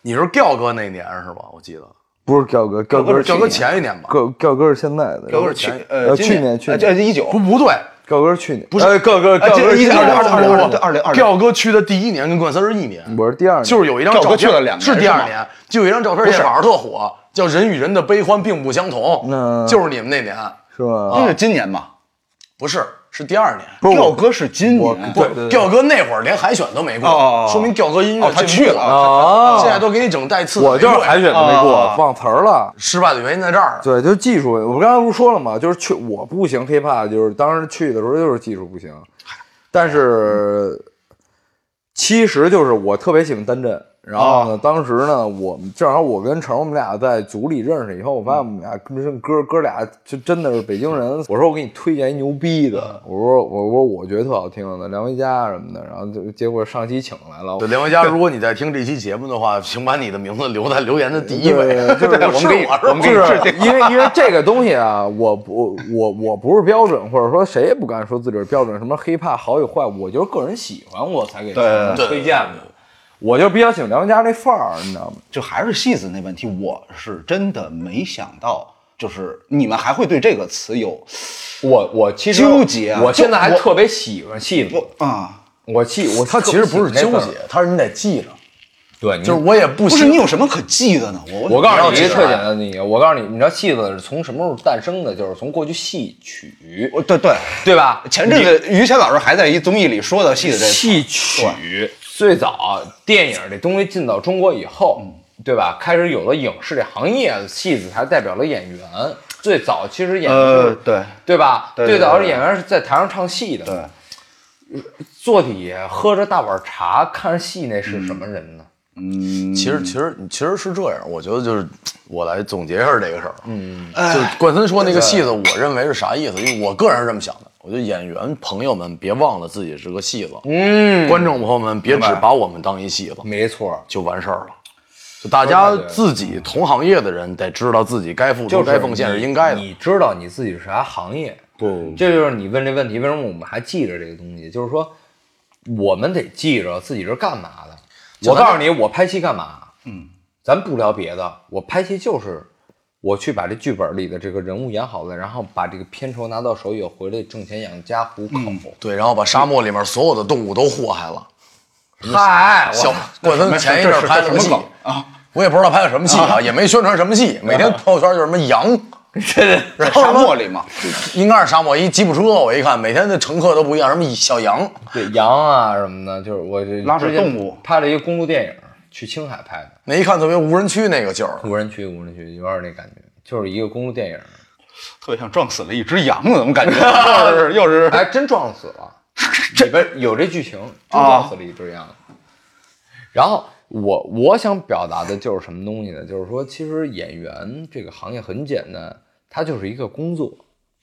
Speaker 3: 你是吊哥那年是吧？我记得
Speaker 4: 不是彪哥，彪
Speaker 3: 不
Speaker 4: 哥
Speaker 3: 是
Speaker 4: 是
Speaker 3: 吊哥前一年吧？
Speaker 4: 彪彪哥是现在的，
Speaker 2: 都是去
Speaker 4: 呃
Speaker 2: 呃
Speaker 4: 去年去
Speaker 2: 呃这
Speaker 4: 年，
Speaker 2: 一九
Speaker 3: 不不对，
Speaker 4: 彪哥是去年不是，呃彪哥
Speaker 2: 啊
Speaker 4: 彪哥
Speaker 2: 这
Speaker 4: 是
Speaker 2: 一
Speaker 4: 现
Speaker 2: 二
Speaker 4: 在
Speaker 2: 二
Speaker 4: 的
Speaker 2: 二二对二零二零
Speaker 3: 吊哥去的第一年跟冠森是一年。
Speaker 4: 我是第二年，
Speaker 3: 就是有一张
Speaker 2: 赵
Speaker 3: 照
Speaker 2: 哥
Speaker 3: 片，
Speaker 2: 去了两年
Speaker 3: 是第二
Speaker 2: 是
Speaker 3: 年，就有一张照片
Speaker 2: 不
Speaker 3: 现
Speaker 2: 是
Speaker 3: 在网上特火，叫《人与人的悲欢并不相同》，
Speaker 4: 那
Speaker 3: 就是你们那年，
Speaker 4: 是吧？
Speaker 2: 那是今年嘛？
Speaker 3: 不是，是第二年。
Speaker 4: 不是我
Speaker 2: 调哥是今
Speaker 4: 我
Speaker 2: 年，
Speaker 4: 对对对
Speaker 3: 调哥那会儿连海选都没
Speaker 2: 哦
Speaker 3: 过，
Speaker 2: 哦哦
Speaker 3: 说明调哥音乐、
Speaker 2: 哦他哦去了
Speaker 4: 啊
Speaker 3: 现在都给你整带刺的。
Speaker 4: 我就是
Speaker 3: 没过呀
Speaker 4: 海选都没过
Speaker 2: 啊，
Speaker 4: 忘词儿了。
Speaker 3: 失败的原因在这儿。
Speaker 4: 对，就是技术，我刚才不是说了嘛，就是去我不行，hiphop 就是当时去的时候就是技术不行，但是其实就是我特别喜欢单振，然后呢，当时呢，我们正好我跟成我们俩在组里认识以后，我发现我们俩真哥哥俩就真的是北京人，我说我给你推荐一牛逼的，我说我说我觉得特好听的梁维嘉什么的，然后就结果上期请来了，
Speaker 3: 对，梁维佳，如果你在听这期节目的话，请把你的名字留在留言的第一位。
Speaker 4: 对，就是
Speaker 3: 是我是
Speaker 4: 就是因为因为这个东西啊，我不我我不是标准，或者说谁也不敢说自己是标准，什么 hiphop 好与坏，我就是个人喜欢我才给
Speaker 2: 对
Speaker 3: 对
Speaker 4: 推荐的。我就比较喜欢梁文佳那范儿，你知道吗？
Speaker 2: 就还是戏子那问题，我是真的没想到，就是你们还会对这个词有
Speaker 4: 我我其
Speaker 2: 实纠结啊
Speaker 4: 我现在还
Speaker 2: 我
Speaker 4: 特别喜欢戏子，
Speaker 2: 啊，
Speaker 4: 我气我
Speaker 3: 他其实不是纠
Speaker 4: 特别喜欢
Speaker 3: 结，他是你得记着，
Speaker 4: 那份儿，对，嗯你
Speaker 3: 就是我也不
Speaker 2: 不是
Speaker 3: 希
Speaker 2: 你有什么可记的呢？我
Speaker 4: 我告诉你一
Speaker 2: 要
Speaker 4: 个
Speaker 2: 记
Speaker 4: 特简单的一个，我告诉你，你知道戏子是从什么时候诞生的？就是从过去戏曲，
Speaker 2: 我对对，
Speaker 4: 对吧？
Speaker 2: 前阵子于谦老师还在一综艺里说到戏子这个词
Speaker 4: 戏曲最早电影这东西进到中国以后，
Speaker 2: 嗯
Speaker 4: 对吧？开始有了影视这行业，戏子才代表了演员。最早其实演员
Speaker 2: 呃
Speaker 4: 是
Speaker 2: 对
Speaker 4: 对吧？
Speaker 2: 对对对
Speaker 4: 最早的演员是在台上唱戏的，
Speaker 2: 对，
Speaker 4: 坐底下喝着大碗茶看着戏，那是什么人呢？
Speaker 3: 其实其实其实是这样，我觉得就是我来总结一下这个事儿。嗯，就是
Speaker 4: 哎
Speaker 3: 冠森说那个戏子，我认为是啥意思？因为我个人是这么想的，我觉得演员朋友们别忘了自己是个戏子，
Speaker 4: 嗯，
Speaker 3: 观众朋友们别只把我们当一戏子
Speaker 4: 没错，
Speaker 3: 就完事儿了。就大家自己同行业的人得知道自己该付
Speaker 4: 嗯就
Speaker 3: 出、
Speaker 4: 是
Speaker 3: 该奉献是
Speaker 4: 你
Speaker 3: 应该的。
Speaker 4: 你知道你自己是啥行业？
Speaker 3: 不
Speaker 4: 这就是你问这问题，为什么我们还记着这个东西？就是说，我们得记着自己是干嘛的。我告诉你，我拍戏干嘛？嗯，咱不聊别的，我拍戏就是我去把这剧本里的这个人物演好了，然后把这个片酬拿到手以后回来挣钱养家糊口。
Speaker 3: 对，然后把沙漠里面所有的动物都祸害了。
Speaker 4: 嗨，
Speaker 3: 小
Speaker 4: 我
Speaker 3: 冠
Speaker 2: 嗯
Speaker 3: 森前一阵儿拍了个戏 啊，我也不知道拍的什么戏啊，也没宣传什么戏，每
Speaker 4: 啊
Speaker 3: 天朋友圈就是什么羊。
Speaker 2: 在沙漠里 嘛，
Speaker 3: 应该是沙漠一吉普车，我一看每天的乘客都不一样，什么小羊，
Speaker 4: 对羊啊什么的，就是我这
Speaker 2: 拉扯
Speaker 4: 之前
Speaker 2: 动物
Speaker 4: 拍了一个公路电影，去青海拍的，
Speaker 3: 那一看特别无人区那个劲儿。
Speaker 4: 无人区无人区有点那感觉，就是一个公路电影。
Speaker 2: 特别像撞死了一只羊，怎么感觉又是又是
Speaker 4: 还哎真撞死了，里边有这剧情，
Speaker 3: 哦
Speaker 4: 真撞死了一只羊。然后我我想表达的就是什么东西呢？就是说，其实演员这个行业很简单，它就是一个工作。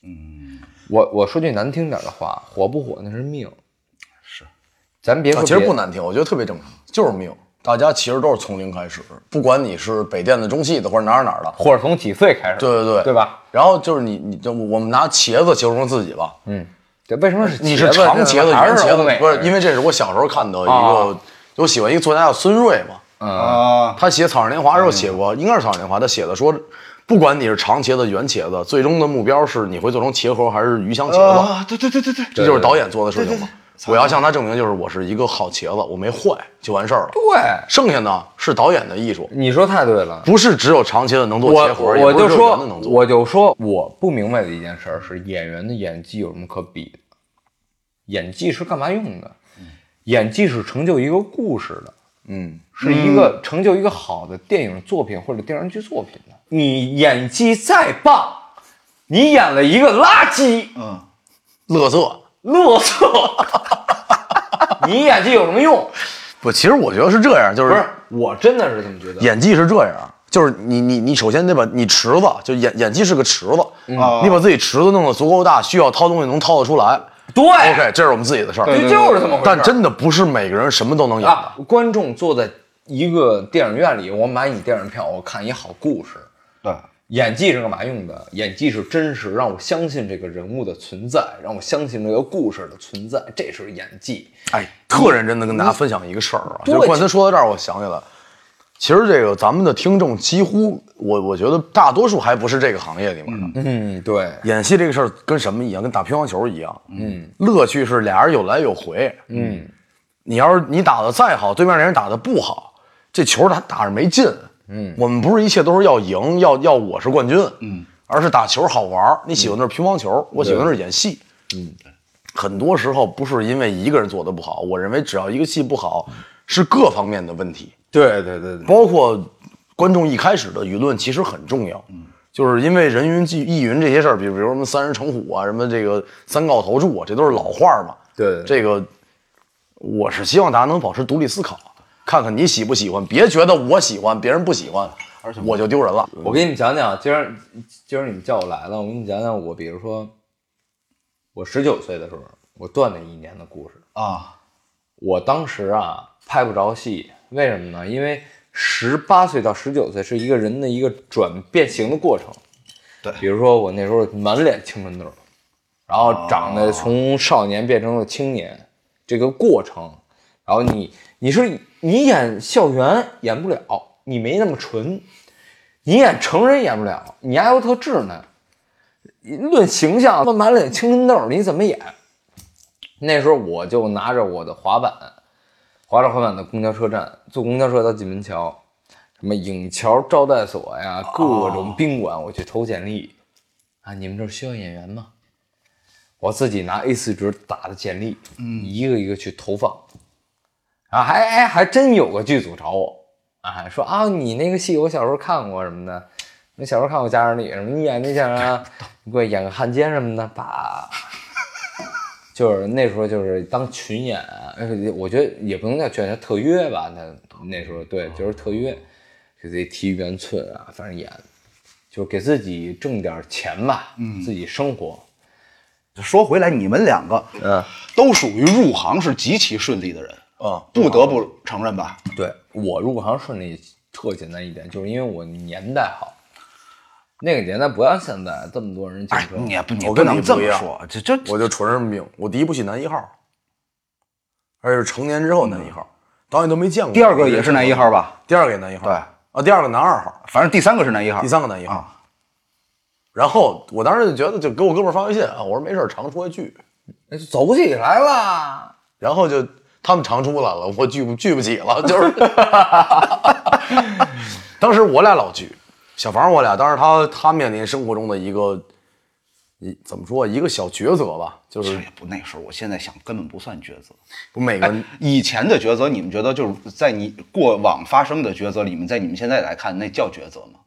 Speaker 4: 嗯，我我说句难听点的话，火不火那是命。是，咱别说
Speaker 3: 啊，
Speaker 4: 别、
Speaker 3: 其实不难听，我觉得特别正常，就是命。大家其实都是从零开始，不管你是北电的、中戏的，或者哪儿哪儿的，
Speaker 4: 或者从几岁开始，
Speaker 3: 对对对，
Speaker 4: 对吧？
Speaker 3: 然后就是你，你就我们拿茄子形容自己吧，
Speaker 4: 嗯，这为什么是
Speaker 3: 你是
Speaker 4: 子
Speaker 3: 长
Speaker 4: 这
Speaker 3: 茄子、
Speaker 4: 还
Speaker 3: 圆
Speaker 4: 是
Speaker 3: 茄
Speaker 4: 欧美
Speaker 3: 子，不是因为这是我小时候看的一
Speaker 4: 啊
Speaker 3: 个我喜欢一个作家叫孙瑞嘛，
Speaker 4: 嗯
Speaker 2: 啊，
Speaker 3: 他写《草上年华》时候写过，应该是《草上年华》，他写的说，不管你是长茄子、圆茄子，最终的目标是你会做成茄盒还是鱼香茄子，
Speaker 2: 啊，对对对对对，
Speaker 3: 这就是导演做的事情嘛
Speaker 2: 对对对。
Speaker 3: 我要向他证明，就是我是一个好茄子，我没坏就完事儿了。
Speaker 4: 对，
Speaker 3: 剩下呢是导演的艺术，
Speaker 4: 你说太对了。
Speaker 3: 不是只有长茄子能做
Speaker 4: 我
Speaker 3: 茄盒，也
Speaker 4: 我
Speaker 3: 不是只
Speaker 4: 就
Speaker 3: 有圆的
Speaker 4: 说
Speaker 3: 能，做。
Speaker 4: 我就说，我不明白的一件事儿是，演员的演技有什么可比的？演技是干嘛用的？演技是成就一个故事的，
Speaker 3: 嗯，
Speaker 4: 是一个成就一个好的电影作品或者电视剧作品的。你演技再棒，你演了一个垃圾
Speaker 2: 嗯，
Speaker 3: 乐色
Speaker 4: 乐色， 你演技有什么用？
Speaker 3: 不，其实我觉得是这样，就
Speaker 4: 不
Speaker 3: 是
Speaker 4: 是，我真的是这么觉得。
Speaker 3: 演技是这样，就是你你你首先得把你池子，就演演技是个池子，你把自己池子弄得足够大，需要掏东西能掏得出来。
Speaker 4: 对
Speaker 3: OK，这是我们自己的事儿，
Speaker 4: 就就是这么回事儿。
Speaker 3: 但真的不是每个人什么都能演的
Speaker 4: 啊。，观众坐在一个电影院里，我买你电影票，我看一好故事。
Speaker 2: 对，
Speaker 4: 演技是干嘛用的？演技是真实，让我相信这个人物的存在，让我相信这个故事的存在，这是演技。
Speaker 3: 哎，特认真的跟大家分享一个事儿啊，
Speaker 4: 对
Speaker 3: 就是冠森说到这儿，我想起来，其实这个咱们的听众几乎，我我觉得大多数还不是这个行业里面的。
Speaker 4: 嗯，对，
Speaker 3: 演戏这个事儿跟什么一样？跟打乒乓球一样，嗯，乐趣是俩人有来有回，嗯，你要是你打的再好，对面那人打的不好，这球打打着没劲，嗯，我们不是一切都是要赢，要要我是冠军，嗯，而是打球好玩儿。你喜欢的是乒乓球，我喜欢的是演戏，很多时候不是因为一个人做的不好，我认为只要一个戏不好，是各方面的问题，
Speaker 4: 对对对对，
Speaker 3: 包括观众一开始的舆论其实很重要，就是因为人云亦亦云这些事儿，比如比如什么三人成虎啊，什么这个三告头柱啊，这都是老话儿嘛。
Speaker 4: 嗯对
Speaker 3: 这个我是希望大家能保持独立思考，看看你喜不喜欢，别觉得我喜欢，别人不喜欢，而且我就丢人了。
Speaker 4: 我给你们讲讲，今儿今儿你们叫我来了，我给你们讲讲我，比如说我十九岁的时候，我断了一年的故事。
Speaker 2: 啊，
Speaker 4: 我当时啊拍不着戏，为什么呢？因为十八岁到十九岁是一个人的一个转变型的过程。
Speaker 2: 对
Speaker 4: 比如说我那时候满脸青春痘，然后长得从少年变成了青年，这个过程，然后你你是你演校园演不了，你没那么纯，你演成人演不了，你还又特稚嫩，论形象，他妈满脸青春痘，你怎么演？ 那时候我就拿着我的滑板，滑着滑板到公交车站，坐公交车到金门桥，什么影桥招待所呀，各种宾馆，我去投简历。啊，你们这儿需要演员吗？我自己拿 A 4纸打的简历，一个一个去投放。啊，还哎还真有个剧组找我，啊，说啊你那个戏我小时候看过什么的，你小时候看过《家长里》什么，你演那叫啥？你给我演个汉奸什么的，把就是那时候就是当群演，呃我觉得也不能叫群演，特约吧。那
Speaker 2: 哦
Speaker 4: 那时候对，就是特约，给自己提圆寸啊，反正演，就是给自己挣点钱吧，
Speaker 2: 嗯
Speaker 4: 自己生活。
Speaker 2: 说回来，你们两个，
Speaker 4: 嗯，
Speaker 2: 都属于入行是极其顺利的人，
Speaker 3: 啊，
Speaker 2: 不得不承认吧？
Speaker 4: 对我入行顺利，特简单一点，就是因为我年代好。那个年代不像现在这么多人竞
Speaker 2: 哎，
Speaker 4: 争，
Speaker 2: 你也不，你
Speaker 3: 我
Speaker 2: 不
Speaker 3: 跟你
Speaker 2: 能这
Speaker 3: 不一
Speaker 2: 么
Speaker 3: 样
Speaker 2: 说，这这
Speaker 3: 我就纯是命。我第一部戏男一号，而且是成年之后男一号，导演都没见过。
Speaker 2: 第二个也是男一号吧？
Speaker 3: 第二个也男一号，
Speaker 2: 对
Speaker 3: 啊，第二个男二号，
Speaker 2: 反正第三个是男一号，
Speaker 3: 第三个男一号。
Speaker 2: 啊
Speaker 3: 然后我当时就觉得，就给我哥们儿发微信啊，我说没事儿常出来聚，
Speaker 4: 那就走不起来了。
Speaker 3: 然后就他们常出来了，我聚不聚不起了，就是。 当时我俩老聚，小房我俩，当时他他面临生活中的一个，一怎么说一个小抉择吧，就
Speaker 2: 这
Speaker 3: 是
Speaker 2: 也不那时候，我现在想根本不算抉择。
Speaker 3: 每个人
Speaker 2: 以前的抉择，你们觉得就是在你过往发生的抉择里面，在你们现在来看，那叫抉择吗？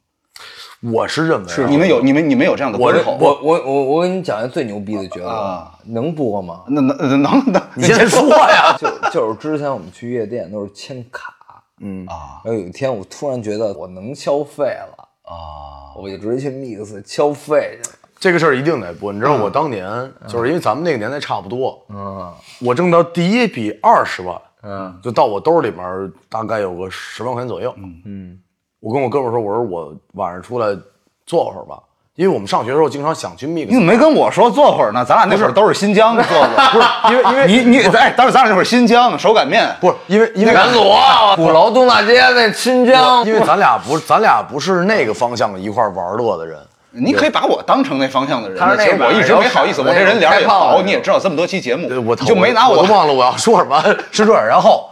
Speaker 3: 我是认为啊
Speaker 2: 你们有你们你们有这样的
Speaker 4: 我
Speaker 2: 关
Speaker 4: 这
Speaker 2: 口吗？
Speaker 4: 我我我我给你讲一个最牛逼的角色，
Speaker 2: 哦啊
Speaker 4: 能播吗？
Speaker 2: 那能能能能，
Speaker 3: 你先说呀，
Speaker 4: 就就是之前我们去夜店都是签卡，
Speaker 3: 嗯
Speaker 2: 啊
Speaker 4: 然后有一天我突然觉得我能消费了，
Speaker 2: 啊
Speaker 4: 我就直接去 Mix 消费去了。
Speaker 3: 这个事儿一定得播。你知道我当年、就是因为咱们那个年代差不多，
Speaker 4: 嗯
Speaker 3: 我挣到第一笔二十万，
Speaker 4: 嗯
Speaker 3: 就到我兜里面大概有个十万块钱左右。
Speaker 4: 嗯
Speaker 3: 我跟我哥们儿说，我说我晚上出来坐会儿吧，因因为我们上学的时候经常想去 mix，
Speaker 4: 嗯
Speaker 2: 你怎么没跟我说坐会儿呢？咱俩那会儿都是新疆坐的，不是
Speaker 4: 因为因为
Speaker 2: 你你哎，当时咱俩那会儿新疆手擀面，
Speaker 3: 不是因为因为
Speaker 5: 南锣、鼓楼东大街那新疆，
Speaker 3: 因为咱俩不是咱俩不是那个方向一块儿玩乐的人，
Speaker 2: 你可以把我当成那方向的人。
Speaker 5: 他是那
Speaker 2: 其实我
Speaker 5: 边
Speaker 2: 一直没好意思，
Speaker 5: 有
Speaker 2: 我这人脸
Speaker 5: 开
Speaker 2: 也
Speaker 5: 炮的那
Speaker 2: 薄，
Speaker 5: 种
Speaker 2: 你也知道这么多期节目
Speaker 3: 对，呃我
Speaker 2: 你就没拿
Speaker 3: 我
Speaker 2: 我
Speaker 3: 都忘了我要说什 么，是这样。然后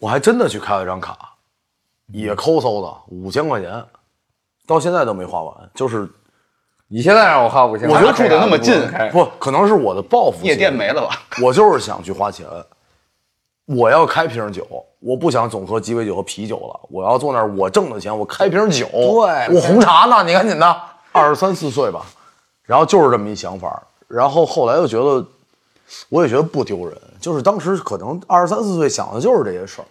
Speaker 3: 我还真的去开了张卡，也抠搜的五千块钱，到现在都没花完。就是
Speaker 4: 你现在让我花五千，
Speaker 2: 我觉得住得那么近
Speaker 3: 不可能是我的报复心理，
Speaker 2: 哎夜店没了吧？
Speaker 3: 我就是想去花钱。我要开瓶酒，我不想总喝鸡尾酒和啤酒了。我要坐那儿，我挣的钱，我开瓶酒。
Speaker 5: 对
Speaker 3: 我红茶呢，你赶紧的。二十三四岁吧，然后就是这么一想法儿。然后后来又觉得，我也觉得不丢人，就是当时可能二十三四岁想的就是这些事儿。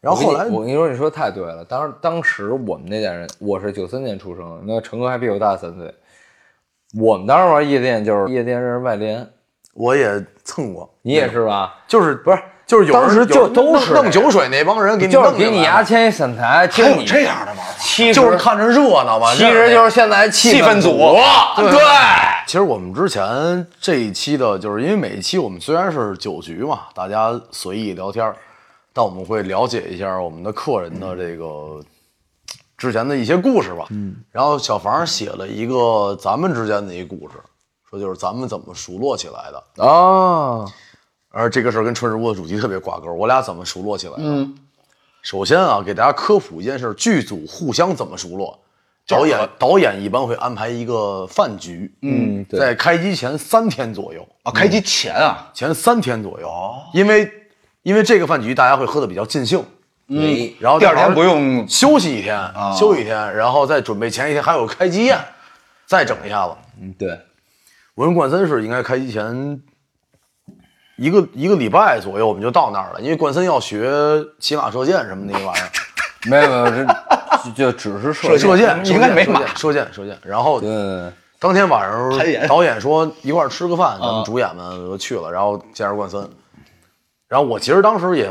Speaker 3: 然后后来
Speaker 4: 我跟你说，你说太对了。当时当时我们那代人，我是九三年出生，那陈哥还比我大三岁。我们当时玩夜店就是夜店认识外联，
Speaker 3: 我也蹭过，
Speaker 4: 你也是吧？
Speaker 3: 就是不是就是有人
Speaker 4: 当时就
Speaker 3: 有人
Speaker 4: 都
Speaker 3: 弄
Speaker 4: 是
Speaker 3: 弄酒水那帮人给你
Speaker 4: 就是
Speaker 3: 弄
Speaker 4: 给
Speaker 3: 进
Speaker 4: 你
Speaker 3: 来
Speaker 4: 牙
Speaker 3: 了
Speaker 4: 签一散台，
Speaker 2: 还
Speaker 4: 听
Speaker 2: 有
Speaker 4: 你
Speaker 2: 这样的玩法？
Speaker 4: 七
Speaker 3: 就
Speaker 4: 十
Speaker 3: 是看着热闹嘛。
Speaker 4: 其实就是现在气
Speaker 2: 气氛组，
Speaker 4: 对，
Speaker 3: 其实我们之前这一期的，就是因为每一期我们虽然是酒局嘛，大家随意聊天儿，但我们会了解一下我们的客人的这个之前的一些故事吧。嗯。然后小房写了一个咱们之间的一个故事，说就是咱们怎么熟络起来的。
Speaker 4: 啊，
Speaker 3: 而这个事儿跟春日屋的主题特别挂钩，我俩怎么熟络起来的？嗯。首先啊，给大家科普一件事儿：剧组互相怎么熟络。导演导演一般会安排一个饭局，嗯，
Speaker 4: 对
Speaker 3: 在开机前三天左右，
Speaker 2: 啊，开机前啊，
Speaker 3: 前三天左右，因为因为这个饭局大家会喝的比较尽兴，嗯，然后
Speaker 2: 第二天
Speaker 3: 正好
Speaker 2: 不用
Speaker 3: 休息一天，休息一天，然后再准备前一天还有开机宴，再整一下子。
Speaker 4: 嗯，对，
Speaker 3: 我跟冠森是应该开机前一个一个礼拜左右我们就到那儿了，因为冠森要学骑马射箭什么那玩意儿，
Speaker 4: 没有没有，这就就只 是射
Speaker 3: 射箭
Speaker 2: 应该没
Speaker 3: 射箭
Speaker 2: 马
Speaker 3: 射箭射箭，然后
Speaker 4: 对，
Speaker 3: 当天晚
Speaker 2: 攀岩
Speaker 3: 上，导演说一块儿吃个饭，咱们主演们我就去了，然后见着冠森。然后我其实当时也，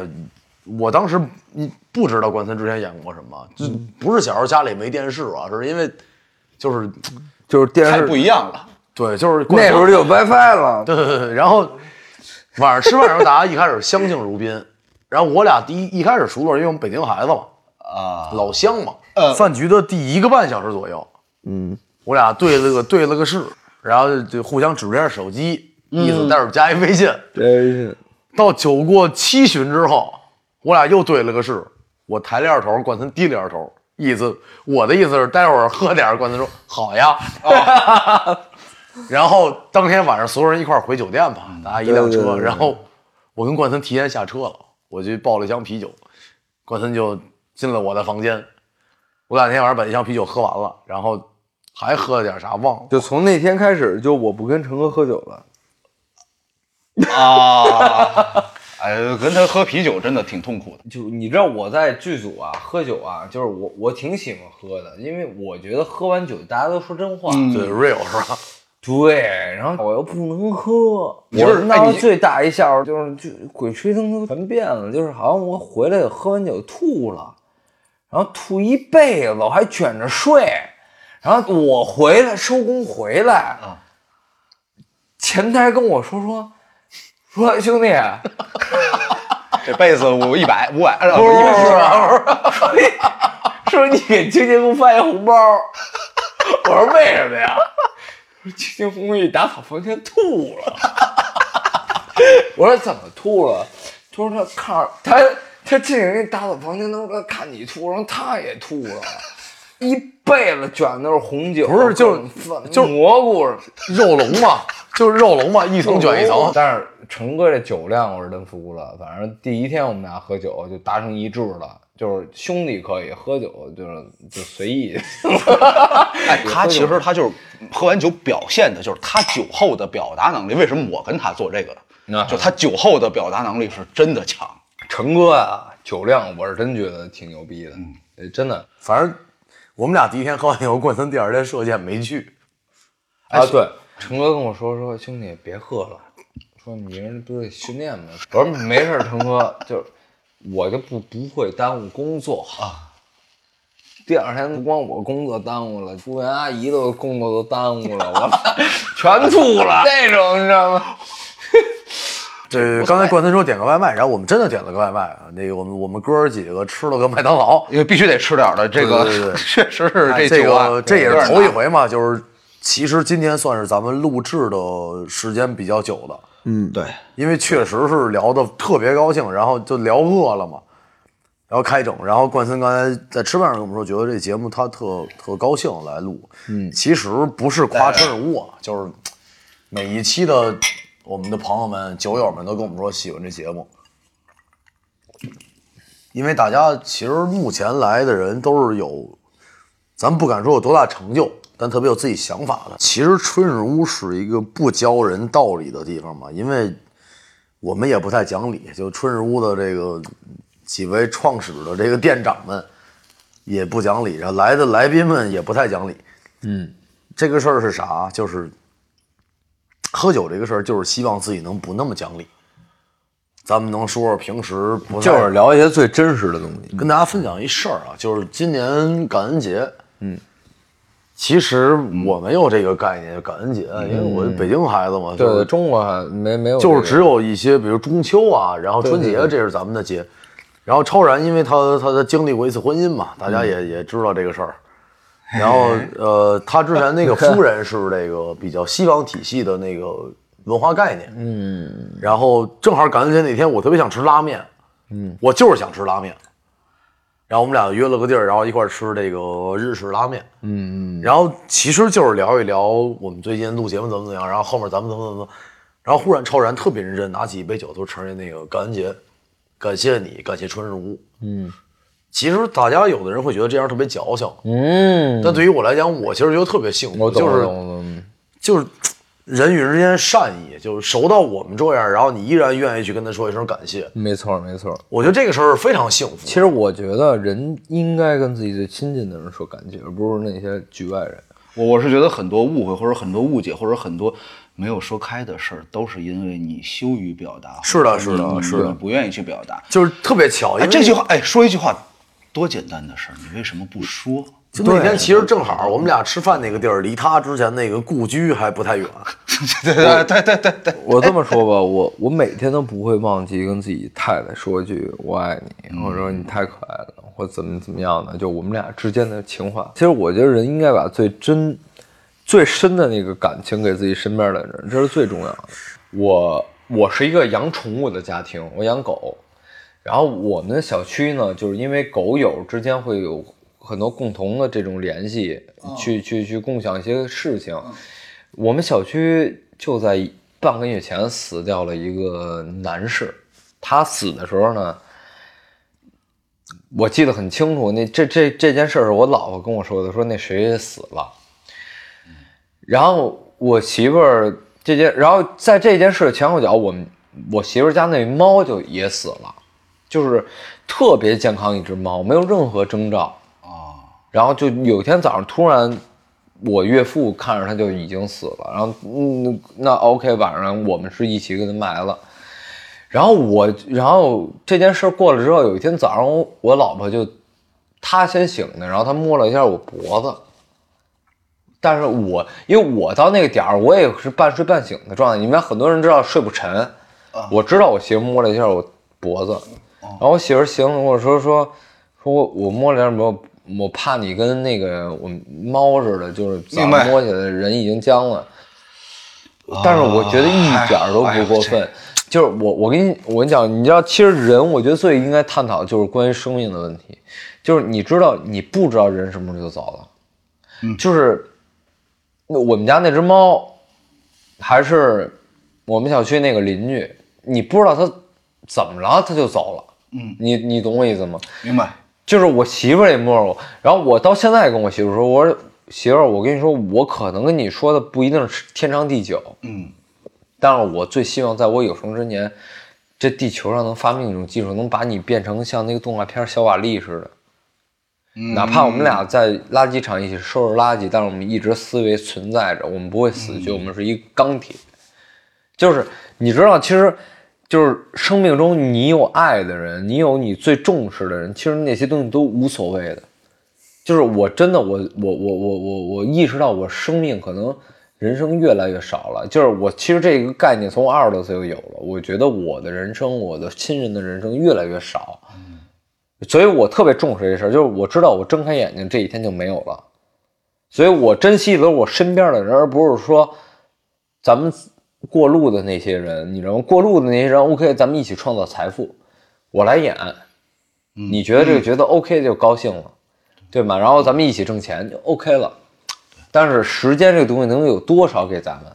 Speaker 3: 我当时嗯不知道冠森之前演过什么，就不是小时候家里没电视啊，是因为就是
Speaker 4: 就是电
Speaker 2: 太
Speaker 4: 视
Speaker 2: 不一样了。
Speaker 3: 对，就是冠
Speaker 4: 那
Speaker 3: 森
Speaker 4: 时候就有 WiFi 了，
Speaker 3: 对对对，然后晚上吃饭的时候，大家一开始相敬如宾，然后我俩第一一开始熟络，因为我们北京孩子嘛，啊，老乡嘛，饭局的第一个半小时左右，嗯，我俩对了个对了个视，然后就就互相指了下手机，意思待会儿加一微信。
Speaker 4: 真是
Speaker 3: 到酒过七巡之后，我俩又对了个视，我抬了一下头，冠森低了一下头，意思我的意思是待会儿喝点儿，冠森说好呀。然后当天晚上所有人一块儿回酒店吧，大家一辆车。
Speaker 4: 对对对对
Speaker 3: 然后我跟冠森提前下车了，我就抱了一箱啤酒，冠森就进了我的房间。我俩那天晚上把一箱啤酒喝完了，然后还喝了点啥忘了。
Speaker 4: 就从那天开始，就我不跟陈哥喝酒了。
Speaker 2: 啊，哎，跟他喝啤酒真的挺痛苦的。
Speaker 4: 就你知道我在剧组啊喝酒啊，就是我我挺喜欢喝的，因为我觉得喝完酒大家都说真话，
Speaker 3: 对，real 是吧？
Speaker 4: 对，然后我又不能喝，
Speaker 2: 你就是
Speaker 4: 我闹
Speaker 2: 哎
Speaker 4: 到
Speaker 2: 你
Speaker 4: 最大一下就是就鬼吹灯都全变了，就是好像我回来喝完酒吐了，然后吐一辈子，我还卷着睡，然后我回来收工回来，前台跟我说说说兄弟，啊
Speaker 2: 这辈子我一百五百，呃
Speaker 4: 不是
Speaker 2: 一
Speaker 4: 不
Speaker 2: 百
Speaker 4: 是
Speaker 2: 四十二
Speaker 4: 说
Speaker 3: 哦
Speaker 4: 你 说你给清洁工发一红包，我说为什么呀？说清洁工一打扫房间吐了，我说怎么吐了？他说他看着他他进人家打扫房间的时候，他看你吐，然后他也吐了。一辈子卷的都是红酒，
Speaker 3: 不是就是
Speaker 4: 各种
Speaker 3: 就是
Speaker 4: 蘑菇，
Speaker 3: 肉龙嘛，就是肉龙嘛，一层卷一层。
Speaker 4: 哦但是成哥这酒量我是真服了，反正第一天我们俩喝酒就达成一致了，就是兄弟可以喝酒，就是就随意。
Speaker 2: 哎，他其实他就是喝完酒表现的，就是他酒后的表达能力。为什么我跟他做这个？
Speaker 4: 嗯
Speaker 2: 就他酒后的表达能力是真的强。
Speaker 4: 成哥啊，酒量我是真觉得挺牛逼的，呃真的
Speaker 3: 反正我们俩第一天喝完以后，冠森第二天射箭没去，
Speaker 4: 啊。对，成哥跟我说说兄弟别喝了，说你明儿不是得训练吗？我说没事儿，成哥，就是我就不不会耽误工作啊。
Speaker 5: 第二天不光我工作耽误了，服务员阿姨的工作都耽误了，我 全吐了。这种你知道吗？
Speaker 3: 对，刚才冠森说点个外卖，然后我们真的点了个外卖啊。那个我们我们哥儿几个吃了个麦当劳，
Speaker 2: 因为必须得吃点儿的，这个
Speaker 3: 对对对
Speaker 2: 确实是
Speaker 3: 哎
Speaker 2: 这
Speaker 3: 这
Speaker 2: 酒啊
Speaker 3: 个这也
Speaker 2: 有
Speaker 3: 是
Speaker 2: 点
Speaker 3: 头一
Speaker 2: 大
Speaker 3: 回嘛，就是其实今天算是咱们录制的时间比较久的，
Speaker 4: 嗯，对，
Speaker 3: 因为确实是聊的特别高兴，然后就聊饿了嘛，然后开整，然后冠森刚才在吃饭上跟我们说，觉得这节目他特特高兴来录，嗯，其实不是夸陈尔物啊，就是每一期的我们的朋友们、酒友们都跟我们说喜欢这节目，因为大家其实目前来的人都是有，咱不敢说有多大成就，但特别有自己想法的。其实春日屋是一个不教人道理的地方嘛，因为我们也不太讲理，就春日屋的这个几位创始的这个店长们也不讲理，然后来的来宾们也不太讲理。嗯，这个事儿是啥？啊就是喝酒这个事儿，就是希望自己能不那么讲理。咱们能说说平时不太
Speaker 4: 就是聊一些最真实的东西。
Speaker 3: 跟大家分享一事儿啊，就是今年感恩节，嗯，其实我没有这个概念，感恩节，因为我北京孩子嘛，
Speaker 4: 对
Speaker 3: 就是
Speaker 4: 中国还没没有这
Speaker 3: 就
Speaker 4: 个，
Speaker 3: 是只有一些，比如中秋啊，然后春节，
Speaker 4: 对对
Speaker 3: 这是咱们的节。然后超然，因为他他他经历过一次婚姻嘛，大
Speaker 4: 嗯
Speaker 3: 家也、也知道这个事儿。然后呃，他之前 那个夫人是这个比较西方体系的那个文化概念，嗯。然后正好感恩节那天，我特别想吃拉面，嗯，我就是想吃拉面。然后我们俩约了个地儿，然后一块儿吃这个日式拉面，嗯，然后其实就是聊一聊我们最近录节目怎么怎么样，然后后面咱们怎么怎么怎么，然后忽然超然特别认真拿起一杯酒，都承认那个感恩节，感谢你，感谢春日屋，嗯，其实大家有的人会觉得这样特别矫情，
Speaker 5: 嗯，
Speaker 3: 但对于我来讲，我其实觉得特别幸福，
Speaker 4: 我懂
Speaker 3: 就
Speaker 4: 我
Speaker 3: 是
Speaker 4: 懂我懂。
Speaker 3: 就是人与人之间的善意，就是熟到我们这样，然后你依然愿意去跟他说一声感谢，
Speaker 4: 没错没错。
Speaker 3: 我觉得这个事儿非常幸福。
Speaker 4: 其实我觉得人应该跟自己最亲近的人说感谢，而不是那些局外人。
Speaker 2: 我我是觉得很多误会或者很多误解或者很多没有说开的事儿，都是因为你羞于表达，
Speaker 3: 是的
Speaker 2: 或者
Speaker 3: 是的
Speaker 2: 你
Speaker 3: 是的
Speaker 2: 你不愿意去表达。
Speaker 3: 就是特别巧，因
Speaker 2: 哎，
Speaker 3: 为
Speaker 2: 这句话，哎，说一句话，多简单的事儿，你为什么不说？
Speaker 3: 就那天其实正好我们俩吃饭那个地儿，离他之前那个故居还不太远。
Speaker 2: 对对对对对对，
Speaker 4: 我这么说吧，我我每天都不会忘记跟自己太太说一句“我爱你”，或者说“你太可爱了”，或怎么怎么样的，就我们俩之间的情话。其实我觉得人应该把最真、最深的那个感情给自己身边的人，这是最重要的。我我是一个养宠物的家庭，我养狗，然后我们的小区呢，就是因为狗友之间会有很多共同的这种联系，去去去共享一些事情。我们小区就在半个月前死掉了一个男士，他死的时候呢，我记得很清楚，那这这这件事儿是我老婆跟我说的，说那谁死了，然后我媳妇儿这件，然后在这件事前后脚，我们我媳妇儿家那猫就也死了，就是特别健康一只猫，没有任何征兆。
Speaker 2: 啊，
Speaker 4: 然后就有一天早上突然，我岳父看着他就已经死了，然后嗯，那 OK，晚上我们是一起给他埋了。然后我，然后这件事过了之后，有一天早上我，我老婆就，她先醒的，然后她摸了一下我脖子，但是我因为我到那个点儿，我也是半睡半醒的状态。你们很多人知道睡不沉，
Speaker 2: 啊
Speaker 4: 我知道我媳妇摸了一下我脖
Speaker 2: 哦
Speaker 4: 子，然后我媳妇形容我说说说我我摸了一下我我怕你跟那个我猫似的，就是早
Speaker 2: 明白
Speaker 4: 上摸起来人已经僵了。但是我觉得一点儿都不过分。就是我，我跟你，我跟你讲，你知道，其实人，我觉得最应该探讨就是关于生命的问题。就是你知道，你不知道人什么时候就走了。就是那我们家那只猫，还是我们小区那个邻居，你不知道它怎么了，它就走了。
Speaker 2: 嗯，
Speaker 4: 你你懂我意思吗？
Speaker 2: 明白。
Speaker 4: 就是我媳妇儿也摸着我，然后我到现在跟我媳妇儿说，我说媳妇儿，我跟你说，我可能跟你说的不一定是天长地久，
Speaker 2: 嗯，
Speaker 4: 但是我最希望在我有生之年，这地球上能发明一种技术，能把你变成像那个动画片小瓦力似的。哪怕我们俩在垃圾场一起收拾垃圾，但是我们一直思维存在着，我们不会死去，我们是一个钢铁。就是你知道，其实就是生命中你有爱的人，你有你最重视的人，其实那些东西都无所谓的。就是我真的我我我我我我意识到我生命可能人生越来越少了，就是我其实这个概念从二十多岁就有了，我觉得我的人生，我的亲人的人生越来越少，所以我特别重视这事儿，就是我知道我睁开眼睛这一天就没有了，所以我珍惜的都是我身边的人，而不是说咱们过路的那些人，你知道吗？过路的那些人，OK，咱们一起创造财富，我来演，你觉得这个角色 OK 就高兴了。对吗？然后咱们一起挣钱就 OK 了。但是时间这个东西能有多少给咱们？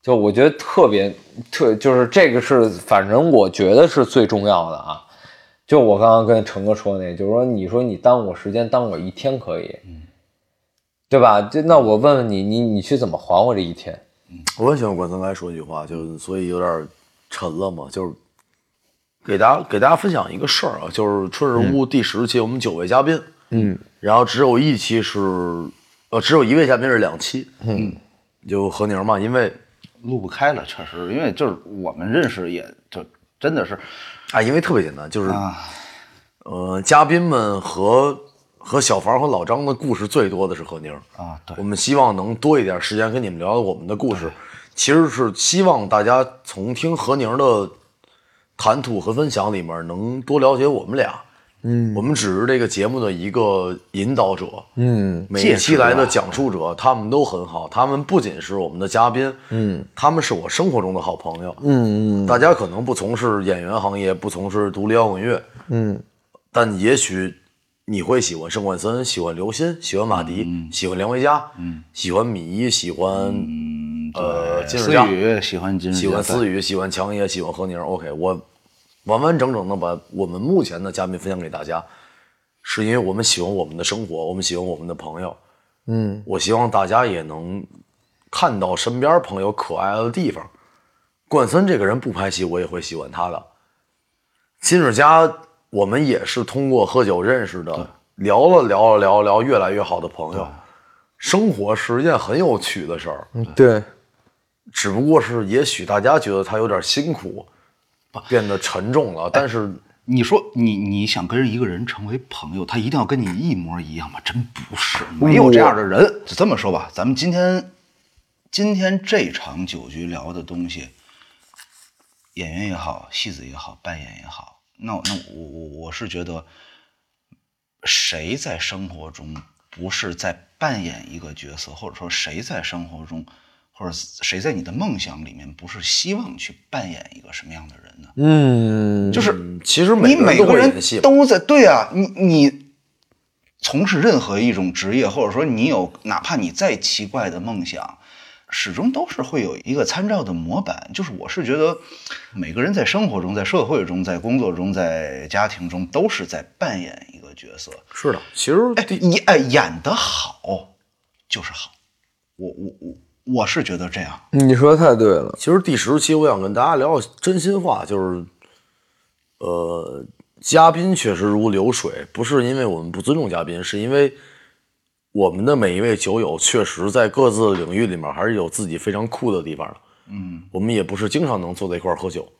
Speaker 4: 就我觉得特别特，就是这个是，反正我觉得是最重要的啊。就我刚刚跟成哥说那，就是说你说你耽误我时间，耽误我一天可以，对吧？就那我问问你，你你去怎么还我这一天？
Speaker 1: 我很喜欢管三该说一句话，就是所以有点沉了嘛，就是
Speaker 3: 给大家给大家分享一个事儿啊，就是《春日
Speaker 1: 嗯
Speaker 3: 屋》第十期，我们九位嘉宾，嗯，然后只有一期是，呃，只有一位嘉宾是两期，嗯，就何宁嘛，因为
Speaker 2: 录不开了，确实，因为就是我们认识也就真的是
Speaker 3: 啊，因为特别简单，就是，
Speaker 1: 啊
Speaker 3: 呃，嘉宾们和和小房和老张的故事最多的是何宁
Speaker 2: 啊对
Speaker 3: 我们希望能多一点时间跟你们聊聊我们的故事，其实是希望大家从听何宁的谈吐和分享里面能多了解我们俩。嗯，我们只是这个节目的一个引导者。嗯，每一期来的讲述者，他们都很好，他们不仅是我们的嘉宾，嗯，他们是我生活中的好朋友。嗯嗯，大家可能不从事演员行业，不从事独立摇滚乐，嗯，但也许你会喜欢盛冠森，喜欢刘鑫，喜欢马迪，
Speaker 2: 嗯
Speaker 3: 喜欢梁维嘉，嗯，喜欢米一，喜欢呃金
Speaker 2: 嗯
Speaker 3: 世
Speaker 2: 思
Speaker 3: 佳，
Speaker 2: 雨嗯喜欢金世
Speaker 3: 喜
Speaker 2: 佳
Speaker 3: 欢思雨，喜欢强爷，喜欢何宁。OK，我完完整整的把我们目前的嘉宾分享给大家，是因为我们喜欢我们的生活，我们喜欢我们的朋友。嗯，我希望大家也能看到身边朋友可爱的地方。冠森这个人不拍戏，我也会喜欢他的。金世佳，我们也是通过喝酒认识的，聊了聊了聊了聊，越来越好的朋友。生活是一件很有趣的事儿，
Speaker 6: 对，
Speaker 3: 只不过是也许大家觉得他有点辛苦，
Speaker 2: 啊
Speaker 3: 变得沉重了，但是
Speaker 2: 你说你你想跟一个人成为朋友，他一定要跟你一模一样吗？真不是，没有这样的人。就这么说吧，咱们今天今天这场酒局聊的东西，演员也好，戏子也好，扮演也好，那那我我我是觉得，谁在生活中不是在扮演一个角色，或者说谁在生活中，或者谁在你的梦想里面不是希望去扮演一个什么样的人呢？
Speaker 6: 嗯，
Speaker 2: 就是
Speaker 3: 嗯其实
Speaker 2: 你
Speaker 3: 每
Speaker 2: 每
Speaker 3: 都
Speaker 2: 个
Speaker 3: 会
Speaker 2: 人
Speaker 3: 演戏嘛。
Speaker 2: 都在对啊，你你从事任何一种职业，或者说你有哪怕你再奇怪的梦想，始终都是会有一个参照的模板。就是我是觉得，每个人在生活中、在社会中、在工作中、在家庭中，都是在扮演一个角色。
Speaker 3: 是的，其实
Speaker 2: 哎，
Speaker 3: 第
Speaker 2: 演哎演得好就是好，我我我我是觉得这样。
Speaker 6: 你说得太对了，
Speaker 3: 其实第十期我想跟大家聊聊真心话，就是，呃，嘉宾确实如流水，不是因为我们不尊重嘉宾，是因为我们的每一位酒友确实在各自的领域里面还是有自己非常酷的地方的。嗯，我们也不是经常能坐在一块儿喝酒，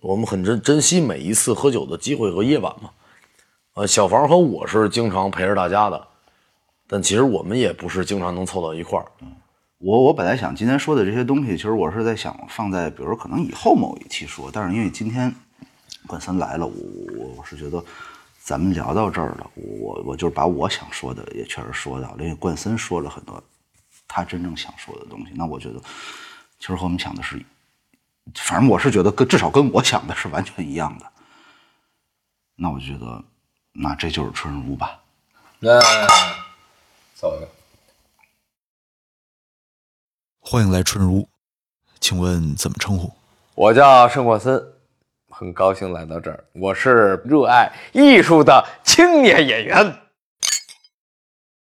Speaker 3: 我们很珍珍惜每一次喝酒的机会和夜晚嘛。呃，小房和我是经常陪着大家的，但其实我们也不是经常能凑到一块儿。
Speaker 2: 我我本来想今天说的这些东西，其实我是在想放在，比如可能以后某一期说，但是因为今天冠森来了，我我我是觉得咱们聊到这儿了，我我我就是把我想说的也确实说到了，因为冠森说了很多他真正想说的东西，那我觉得其实和我们想的是，反正我是觉得跟至少跟我想的是完全一样的，那我觉得那这就是春日屋吧。
Speaker 4: 那哎走一个。
Speaker 1: 欢迎来春日屋，请问怎么称呼？
Speaker 4: 我叫盛冠森，很高兴来到这儿。我是热爱艺术的青年演员。